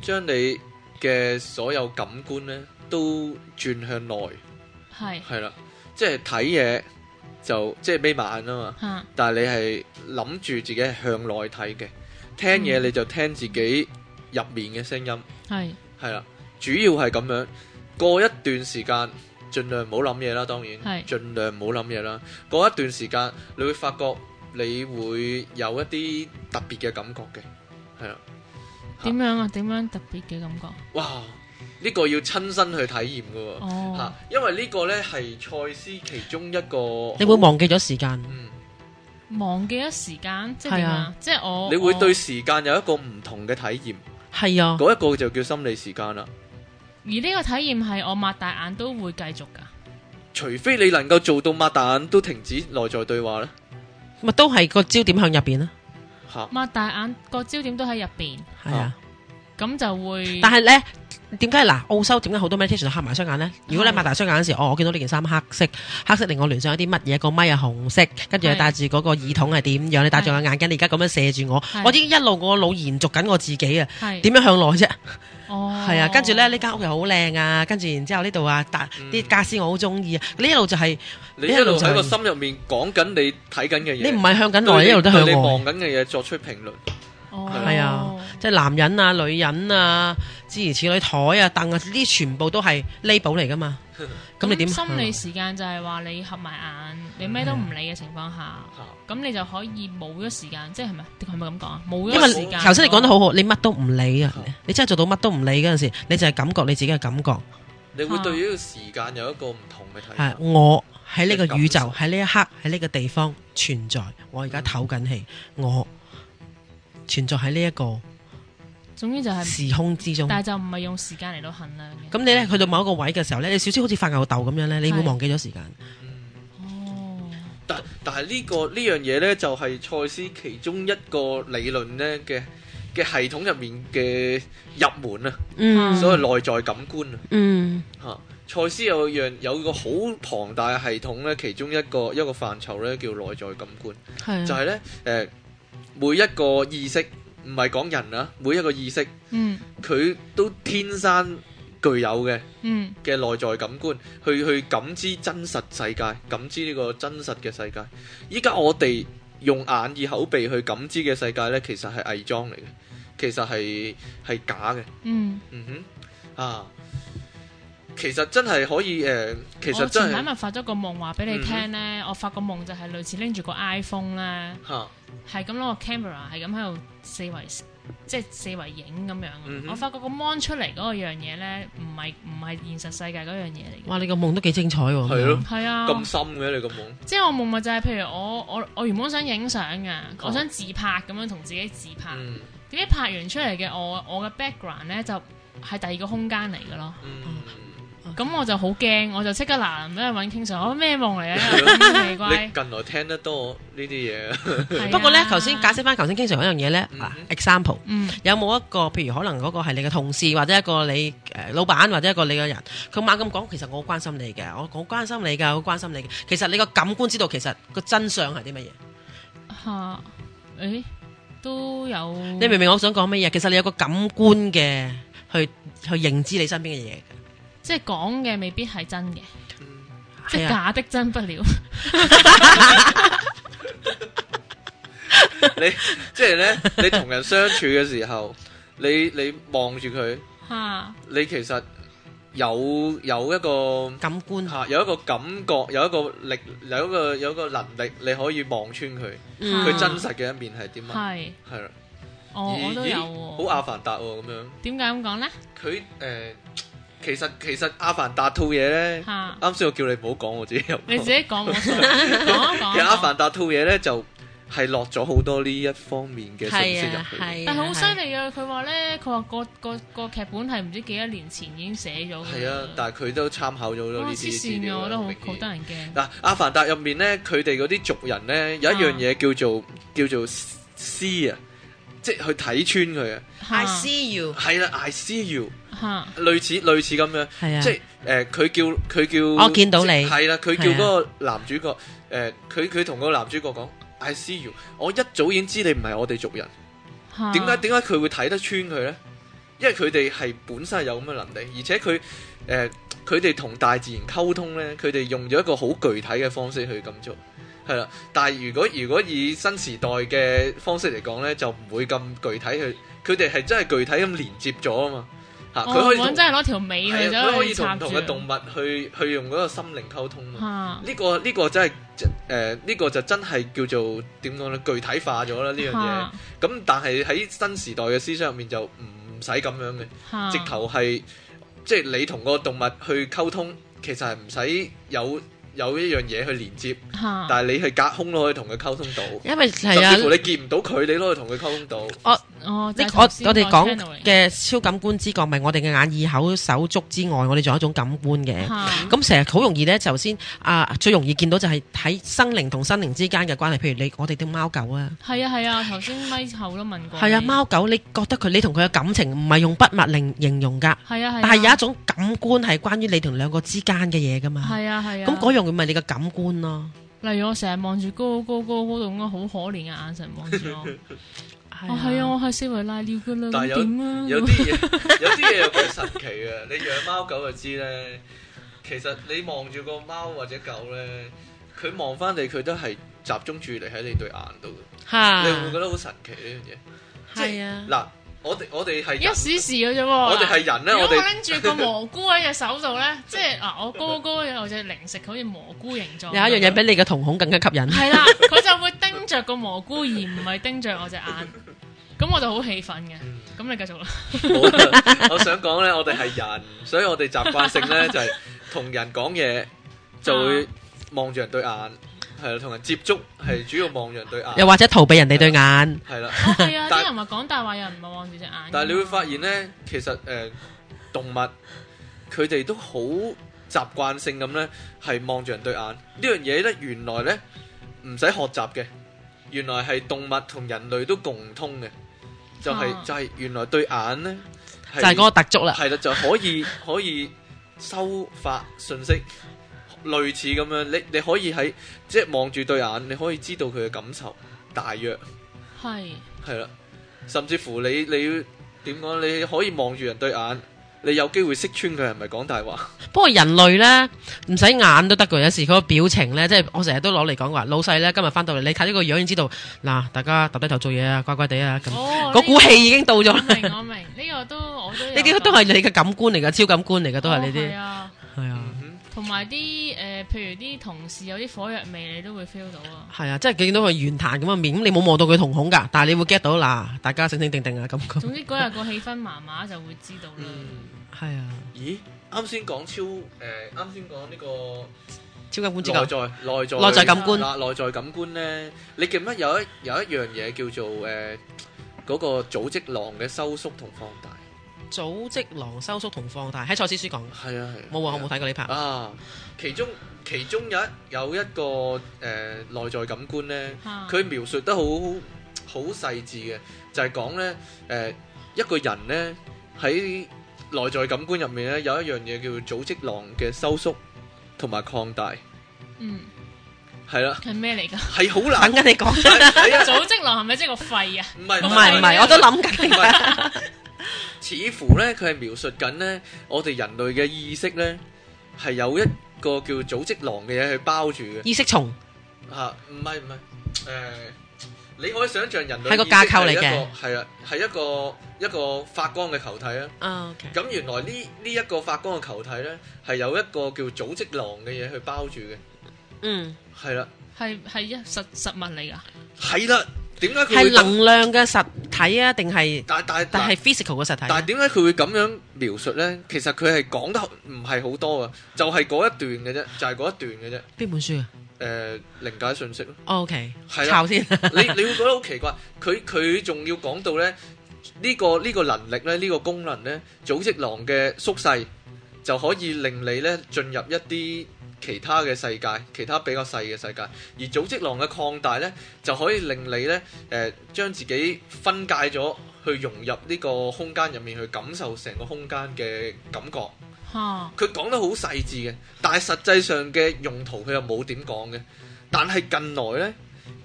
將你嘅所有感官咧都轉向內，係係啦，即係睇嘢就即係眯埋眼啊嘛。嚇但係你係諗住自己係向內睇嘅，聽嘢嗯你就聽自己入面嘅聲音，係係啦，主要係咁樣。過一段時間，盡量唔好諗嘢啦，當然，係盡量唔好諗嘢啦。過一段時間，你會發覺你會有一啲特別嘅感覺嘅，係啦，點樣啊？點樣特別嘅感覺？哇！呢、個要親身去體驗嘅喎，嚇、哦，因為呢個呢係賽斯其中一個，你會忘記咗時間，嗯，忘記咗時間，即係點係啊啊？即係我你會我對時間有一個唔同嘅體驗。係啊，嗰一個就叫心理時間啦。而呢個體驗係我擘大眼都會繼續㗎。除非你能夠做到擘大眼都停止內在對話咧，咪啊都係個焦點向入邊啦，嚇擘大眼個焦點都喺入邊，係啊。咁就會但係咧，點解嗱澳洲點解好多 meditation 都合埋雙眼咧？如果你係擘大雙眼嗰時，哦，我見到呢件衫黑色，黑色令我聯想一啲乜嘢？個咪係紅色，跟住係你戴住嗰個耳筒係點樣？你戴住個眼鏡，你而家咁樣射住我，我已經一路我個腦延續緊我自己啊！係點樣向內啫？哦，係啊，跟住咧呢間屋又好靚啊，跟住然之後呢度啊，搭嗯啲家私我好中意啊！呢一路就係你一路喺個心入面講緊你睇緊嘅嘢，你唔係向緊對內，你一路都向對你外望，緊嘅嘢作出評論。哦係啊即係男人啊、女人啊、諸如此類、台啊、凳啊，呢啲全部都係 label 嚟 噶嘛。咁你點心理向時間就係話你合埋眼，你咩都唔理嘅情況下，嚇咁你就可以冇咗時間，即係係咪？係咪咁講啊？冇因咗為時間。頭先你講得好哦好，你乜都唔理啊係！你真係做到乜都唔理嗰陣時，你就係感覺你自己嘅感覺你會對呢個時間有一個唔同嘅睇啊係法。我喺呢個宇宙你感喺呢一刻喺呢個地方存在，我而嗯家唞緊氣，我存在喺呢一個總之就嗯係，時空之中。但係就唔係用時間嚟到衡量嘅。咁你咧去到某一個位嘅時候咧，你少少好似發吽豆咁樣咧，你會係忘記咗時間。嗯哦，但但係呢個呢樣嘢呢，就係賽斯其中一個理論呢嘅嘅系統入面嘅入門啊，嗯，所謂內在感官啊。嗯吓，賽斯有樣有個好龐大嘅系統咧，其中一個一個範疇咧叫內在感官，係就啊係咧誒每一個意識，唔係講人啊，每一個意識嗯佢都天生具有嘅嗯嘅內在感官，去去感知真實世界，感知呢個真實嘅世界。依家我哋用眼耳口鼻去感知嘅世界咧，其實係偽裝嚟嘅，其實係係假嘅。嗯，嗯哼，啊，其實真係可以誒、呃其實我前真排係嗯咪發咗個夢話俾你聽咧，我發個夢就係類似拎住個 iPhone 咧。嚇，係咁攞個 camera，係咁喺度四圍，即係四圍影咁樣。啊嗯哼我發覺個 mon 出嚟嗰個樣嘢咧，唔係唔係現實世界嗰樣嘢嚟嘅。哇！你個夢都幾精彩喎。係咯係啊，咁深嘅你個夢，即係我夢咪就係，譬如我我我原本想影相嘅，我想自拍咁樣同自己自拍，哦嗯點解拍完出嚟嘅我我嘅 background 咧就係第二個空間嚟嘅咯。嗯，咁我就好驚，我就即刻嗱嗱臨去揾傾訴，我咩夢 嚟啊？奇你怪，近來聽得多呢啲嘢， 係啊不過咧，頭先解釋翻頭先經常嗰樣嘢咧嗯啊，example。嗯有冇一個譬如可能嗰個係你嘅同事或者一個你誒、呃老闆或者一個你嘅人，佢猛咁講，其實我好關心你嘅，我好關心你㗎，我好關心你嘅。其實你個感官知道其實個真相係啲乜嘢？嚇，誒都有你明唔明我想講乜嘢？其實你有個感官嘅去去認知你身邊嘅嘢嘅。即係講嘅未必係真嘅，即係係啊，假的真不了。 你即係咧，你同人相處嘅時候，你你望住佢，吓，你其實有有一個。感官嚇、有一個感覺，有一個力，有一個有一個能力，你可以望穿佢，嗯佢真實嘅一面係點啊？係，係啦，我我咦都咦有好喎。阿凡達喎咁樣。點解咁講 咧？佢誒、呃其實其實阿凡達套嘢咧，吓，啱先我叫你唔好講，我自己入。 你自其己講冇所謂，講一講。實阿凡達套嘢咧就係落咗好多呢一方面嘅信息係入啊，去。係但係係好犀利啊！佢話咧，佢話個個個劇本係唔知幾多年前已經寫咗嘅。係啊，但係佢都參考咗好多哇呢黐啲線資嘅，料我覺得好明好顯得人驚。嗱，《阿凡達》入面咧，佢哋嗰啲族人咧有一樣啊嘢叫做叫做絲啊，即係去睇穿佢啊。 I see you，係啦，I see you，嚇類似類似咁樣，係啊即，係誒佢叫佢叫我哦見到你啊係啦，佢叫嗰個男主角誒，佢佢同個男主角講 I see you，我一早已經知你唔係我哋族人，嚇啊點解點解佢會睇得穿佢咧？因為佢哋係本身係有咁嘅能力，而且佢誒佢哋同大自然溝通咧，佢哋用咗一個好具體嘅方式去咁做，係啦。但係如果如果以新時代嘅方式嚟講咧，就唔會咁具體去，佢哋係真係具體咁連接咗啊嘛嚇，佢、哦我可以揾同真係攞條尾去係啊佢可以咗同插唔住同嘅動物去去用嗰個心靈溝通啊。嚇呢、個呢、個真係誒呢個就真係叫做點講咧？具體化咗啦呢樣嘢。嚇咁但係喺新時代嘅思想入面就唔使咁樣嘅，嚇直頭係即係你同個動物去溝通，其實係唔使有有一樣嘢去連接，嚇但係你係隔空都可以同佢溝通到，因為係甚至乎啊。你見唔到佢，你都可以同佢溝通到。哦，就呢係我我頭先哋個講 channeling 嘅超感官知覺，咪我哋嘅眼、耳、口、手、足之外，我哋仲有一種感官嘅。嚇咁成日好容易咧，頭先啊，最容易見到就係喺生靈同生靈之間嘅關係。譬如你我哋啲貓狗啊，係啊係啊，頭先咪後都問過你。係啊，貓狗你覺得佢你同佢嘅感情唔係用筆墨嚟形容㗎，係啊係啊。但係有一種感官係關於你同兩個之間嘅嘢㗎嘛。係啊係啊。咁嗰樣咪你嘅感官咯。例如我成日望住高高高高到咁樣好可憐嘅眼神望住我。啊哦，係啊，我係四圍拉尿噶啦，但係咁點啊？有啲嘢，有啲嘢又幾神奇嘅。你養貓狗就知咧，其實你望住個貓或者狗咧，佢望翻你，佢都係集中注意力喺你對眼度嘅。嚇你會唔會覺得好神奇呢樣嘢？即係啊係，嗱，我哋我哋係 一人，時時嘅啫喎。我哋係人咧，如我果我哋拎住個蘑菇喺隻手度咧，即 係嗱，我高高有隻零食好似蘑菇形狀。有一樣嘢比你嘅瞳孔更加吸引。係啦，佢就會盯着個蘑菇而唔係盯着我隻眼，咁我就好氣憤嘅。咁你繼續啦，冇啦我想講咧，我哋係人，所以我哋習慣性咧就係同人講嘢就會望住人對眼，係啦，同人接觸係主要望住人對又眼，或者逃避人哋對眼，係啦。哦係啊，但啲人話講大話，有人唔係望住隻眼㗎嘛。但係你會發現咧，其實誒、呃、動物佢哋都好習慣性咁咧，係望住人對眼呢樣嘢咧，原來咧唔使學習嘅，原來係動物同人類都共通嘅，就係、啊就係原來對眼咧就係嗰個啊特觸啦。係啦，就可以可以收發信息，類似咁樣，你你可以喺即係望住對眼，你可以知道佢嘅感受，大約。係系啦，甚至乎你你点讲？你可以望住人對眼，你有機會識穿佢係咪講大話？不過人類咧唔使眼都得㗎，有時佢個表情咧，即係我成日都攞嚟講話，老細咧今日翻到嚟，你睇咗個樣已經知道，嗱，大家揼低頭做嘢啊，乖乖地啊，咁哦，嗰股呢氣已經到咗個我啦。明我明，呢個都我都呢呢啲都係你嘅感官嚟㗎，超感官嚟㗎，都係呢係啲。啊，係啊，嗯同埋啲誒，譬如啲同事有啲火藥味，你都會 feel 到 啊。係啊，即係見到佢圓彈咁嘅面，咁你冇望到佢瞳孔㗎，但係你會 get 到嗱，大家醒醒定定啊，咁咁。總之嗰日個氣氛麻麻就會知道哼啦。係啊，咦？啱先講超诶，啱先講呢個超感官知內覺在內在內在感官嗱內在感官咧，你記唔記得有一有一樣嘢叫做诶嗰個組織囊嘅收縮同放大？組織囊收縮同放大喺賽斯書講，係啊係。冇啊，我冇睇過呢排。啊，其中其中有一有一個诶內在感官咧。嚇佢描述得好好細緻嘅，就係講咧誒一個人咧喺內在感官入面咧有一樣嘢叫做組織囊嘅收縮同埋擴大，嗯係啦，係咩嚟㗎？ 係好等 難，緊你講。係係啊，組織囊係咪即係個肺啊？唔係唔係唔係，我都諗緊唔。係，似乎咧佢係描述緊咧我哋人類嘅意識咧係有一個叫組織囊嘅嘢去包住嘅。意識蟲吓，唔係唔係，誒、你可以想象人類係個意識架構係一嚟嘅個，係啊，係一個一個發光嘅球體啊。啊，OK，咁原來呢呢一個發光嘅球體咧，係有一個叫組織囊嘅嘢去包住嘅，嗯，係啦，係係一實實物嚟㗎。係啦。點解佢會係咁？能量嘅實體啊，定係但但但但係 physical 嘅實但體？點解佢會咁樣描述咧？其實佢係講得唔係好多啊，就係、嗰一段嘅啫，就係、嗰一段嘅啫。邊本書啊？誒、诶靈界信息咯， O K，係啦抄先，你 你會覺得好奇怪，佢佢仲要講到咧呢、個呢、個能力咧，呢、個功能咧，組織狼嘅縮細就可以令你咧進入一啲其他嘅世界，其他比較細嘅世界，而組織狼嘅擴大咧就可以令你咧誒、呃、將自己分界咗。去融入呢個空間入面，去感受成個空間嘅感覺。吓佢講得好細緻嘅，但係實際上嘅用途佢又冇點講嘅。但係近來呢，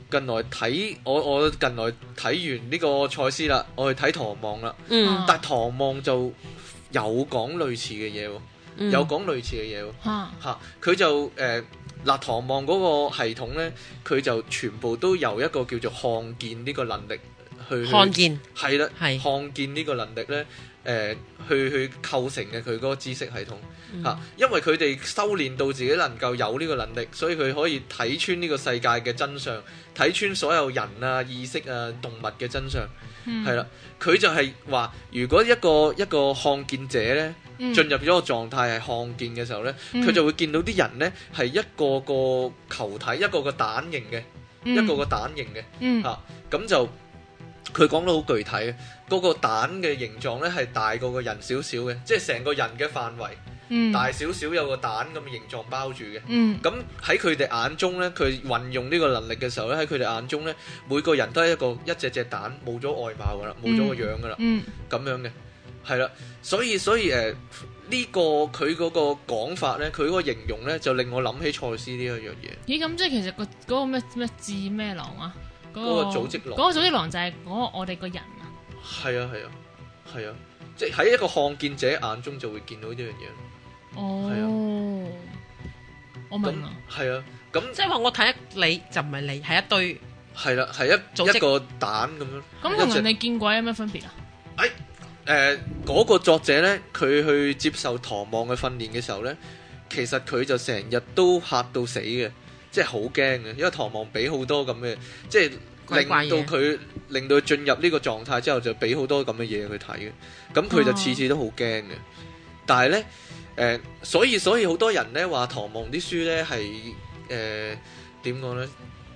近來睇我我近來睇完呢個賽斯啦，我去睇《唐望》啦，嗯但係《唐望》就有講類似嘅嘢喎，嗯有講類似嘅嘢喎。吓嚇，佢就誒嗱、唐望嗰個系統呢，佢就全部都由一個叫做看見呢個能力去去看見係啦，係看見呢個能力呢，誒、去去構成嘅佢嗰個知識系統嗯嚇、因為佢哋修練到自己能夠有呢個能力，所以佢可以睇穿呢個世界嘅真相，睇穿所有人啊、意識啊、動物嘅真相，嗯係啦、嗯佢就係話，如果一個一個看見者呢，進入入咗個狀態係看見嘅時候呢，佢就會見到啲人呢係一個個球體，一個個蛋形嘅，一個個蛋形嘅。嗯嚇咁就佢講得好具體嘅，嗰、個蛋嘅形狀咧係大過個人少少嘅，即係成個人嘅範圍、嗯大少少有個蛋咁嘅形狀包住嘅。嗯咁喺佢哋眼中咧，佢運用呢個能力嘅時候咧，喺佢哋眼中咧，每個人都係一個一隻隻蛋，冇咗外貌噶啦，冇咗個樣噶啦，嗯咁、樣嘅，係啦。所以所以誒，呃呢、個佢嗰個講法咧，佢嗰個形容咧，就令我諗起賽斯呢一樣嘢。咦咁即係其實個嗰個咩咩治咩狼啊嗰嗰個組織狼嗰個組織狼就係嗰個我哋個人啊係啊係啊係啊，即係喺一個看見者眼中就會見到呢樣嘢。哦我咁明啦係啊，咁即係話我睇一你就唔係你，係一堆係啦，係一組織一個蛋咁樣。咁一同隻人哋見鬼有咩分別啊誒呃嗰個作者呢，佢去接受唐望嘅訓練嘅時候呢，其實佢就成日都嚇到死嘅，即係好驚嘅，因為唐望俾好多咁嘅，即係鬼令怪嘢到佢令到佢進入呢個狀態之後，就俾好多咁嘅嘢佢睇嘅，咁佢就哦次次都好驚嘅。但係呢，誒、呃所以所以好多人呢話唐望啲書呢係誒點講呢？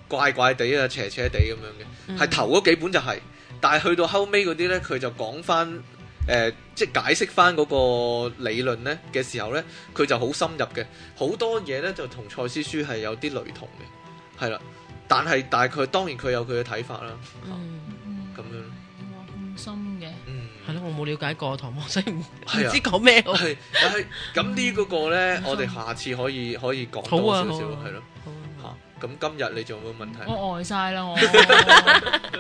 怪怪地啊，邪邪地咁樣嘅。嗯係頭嗰幾本就係，但係去到後尾嗰啲呢，佢就講翻誒，即係解釋翻嗰個理論呢嘅時候呢，佢就好深入嘅，好多嘢呢就同賽斯書係有啲雷同嘅，係啦。但係但係佢當然佢有佢嘅睇法啦，嗯嗯咁樣哇咁深嘅嗯，係咯，我冇了解過唐望，所以唔唔係啊知 講咩好。係，但係咁呢嗰個呢嗯，我哋下次可以可以講好多啊少少好啊係咯好啊嚇。咁今日你仲有冇問題？我呆晒 啦我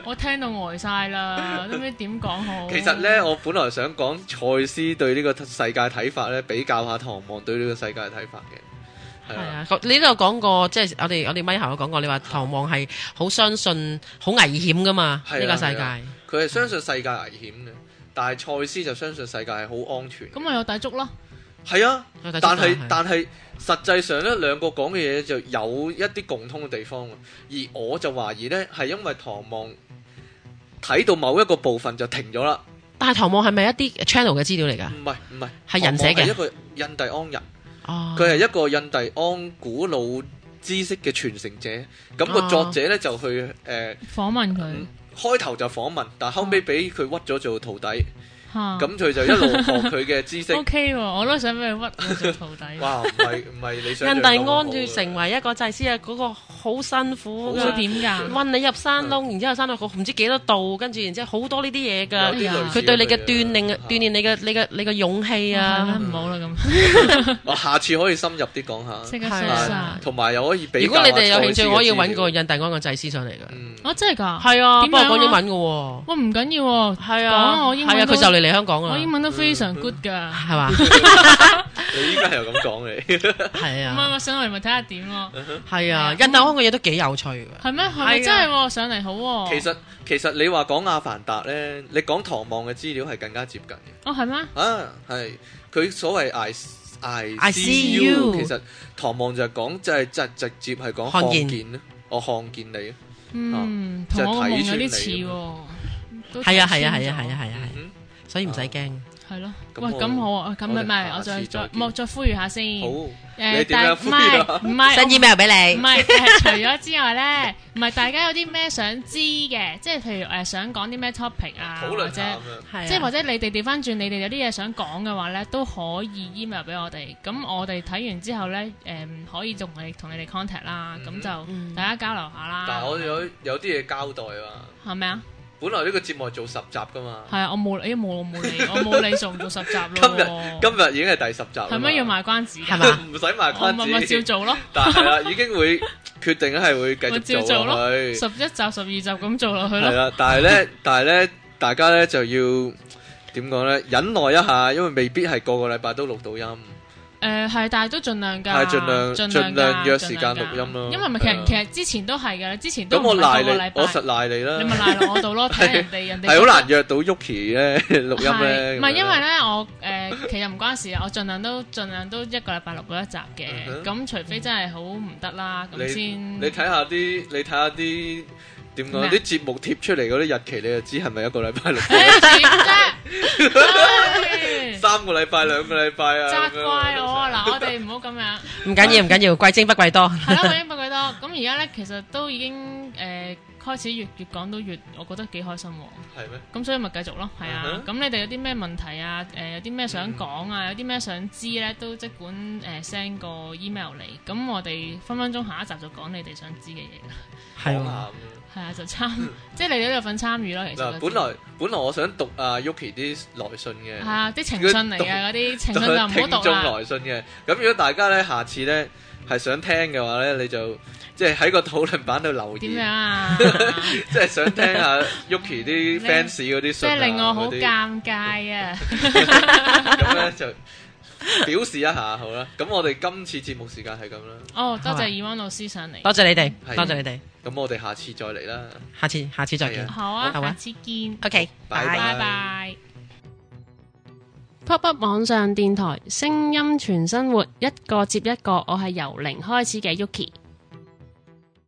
我聽到呆晒啦都唔知點講好其實咧，我本來想講賽斯對呢個世界睇法咧，比較下唐望對呢個世界嘅睇法嘅，係係啊，啊，你都有講過，即係我哋我哋咪頭有講過，你話唐望係好相信好危險噶嘛？係啊呢個世係啊界佢係相信世界危險嘅，但係賽斯就相信世界係好安全嘅。咁咪有抵觸咯係啊，有但大家都係但係實際上咧，兩個講嘅嘢就有一啲共通嘅地方喎。而我就懷疑咧，係因為唐望睇到某一個部分就停咗啦，但係唐望係咪一啲 channel 嘅資料嚟㗎？唔係唔係，係人寫嘅唐望係一個印第安人。哦，佢係一個印第安古老知識嘅傳承者，咁、個哦作者呢，就去誒、呃、訪問佢開頭就訪問，但後尾俾佢屈咗做徒弟，嚇咁佢、就一路學佢嘅知 識。 OK 喎我都想俾佢屈我做徒弟哇，唔係唔係你想 象印第中安咁好住成為一個祭司啊，嗰個好辛苦好嗯會辛苦㗎，點㗎運你入山窿，然之後山窿好唔知幾多度，跟住然之後好多呢啲嘢有㗎。啲類似佢對你嘅咁鍛鍊樣啊，鍛鍊你嘅你嘅你嘅勇氣啊啊。唔好啦咁我下次可以深入啲講下即，刻係衰啊晒同埋又可以俾。如果你哋有興趣，可以揾個個。印第安嘅祭司上嚟㗎。嗯，我真係㗎係啊，不點過樣啊講英文嘅喎。我唔緊要喎係講啊我英文係啊，都佢就嚟嚟香港我啦，英文都非常 good 㗎嗯 係嘛？你依家又咁 講你，係唔係啊，我上嚟咪睇下點咯嗯係啊，印第安嘅嘢都幾有趣㗎。係咩係係咪啊真係喎上嚟好喎其實其實你話講阿凡達呢，你講唐望嘅資料係更加接近嘅。哦係咩啊，係佢所謂 I I I see you 其實唐望就係講就係直直接係講看看見見啦，我看見你，嗯哦就同係我個夢有啲睇似穿你喎都係啊，睇係啊，穿係啊，咗係啊，係啊，嗯所以唔使驚。係咯。咁喂，我咁好啊，咁咪我哋咪，下我再次再再見莫再呼籲下先。好，你誒，點但樣唔呼籲啊係唔 係 send email 俾唔你，係，誒除咗之外咧，唔係大家有啲咩想知嘅，即係譬如誒想講啲咩 topic 啊，討或論下者咁樣。即係或者你哋調翻轉，你哋有啲嘢想講嘅話咧，都可以 email 俾我嗯哋。咁我哋睇完之後咧，誒、可以同我哋同你哋 contact 啦。咁、嗯就大家交流下啦。但係我有有啲嘢交代啊。係咪啊？本來呢個節目係做十集噶嘛，係啊，我冇，咦冇我冇理，我冇理做唔做十集咯。今日今日已經係第十集啦嘛。係咪要賣關子㗎？係嘛 唔使賣我咪咪關照子， 做咯，但係啦，已 經會決定係會繼咪照續做做咯落，去。十一集、十二集咁做落去嗯係咯。啦，但 係咧，但係咧，大家咧就要點講咧？忍耐一下，因為未必係個個禮拜都錄到音。誒係，但係都盡量㗎，係盡量盡盡量㗎約時間盡量㗎錄音咯因為咪其係實啊其實之前都係㗎，之前都咁唔我係賴你個個禮，拜我實賴你啦。你 咪賴落我度咯，睇人哋人哋係好難約到 Yuki 咧錄音咧。係唔係因咧，為咧，我誒其實唔關事啊，我盡量都盡量都一個禮拜錄到一集嘅，嗯哼咁除非真係好唔得啦，咁你先你睇下啲你睇下啲點咩講啊啲節目貼出嚟嗰啲日期，你就知係咪一個禮 拜錄，誒 點啫唉 三個禮拜、兩個禮拜啊。責咁樣怪我啊！嗱，我哋唔好咁樣。唔緊要，唔緊要，貴精不貴多。啊係啦，我已經不佢多。咁而家咧，其實都已經誒、呃、開始越越講到越，我覺得幾開心喎。係咩？咁所以咪繼續咯，係啊嗯哼。嗯咁、你哋有啲咩問題啊？誒、有啲咩想講啊？有啲咩想知咧，都即管誒 send 個 email 嚟。咁我哋分分鐘下一集就講你哋想知嘅嘢啦。係講喎下係啊，就參， 即係你哋都有份參與咯。其咁樣實嗯嗱，本來本來我想讀啊 Yuki 啲來信嘅。係啊，啲情信嚟嘅 嗰啲情信就唔聽好讀眾啦。來信嘅。咁如果大家咧下次咧係想聽嘅話咧，你就即係喺個討論版度留點樣言， 啊？即係想聽下 Yuki 啲你 fans 嗰啲即信啊係令我好嗰啲尷尬啊！咁咧就表示一下好啦。咁我哋今次節目時間係咁啦，哦，多好啊謝 Evan 老師上嚟。多謝你哋，係多謝你哋，咁我哋下次再嚟啦，下次下次再見係啊。好啊，好啊下次見， OK，拜拜。拜拜。Pop Up 網上電台，聲音全生活，一個接一個，我係由零開始嘅 Yuki。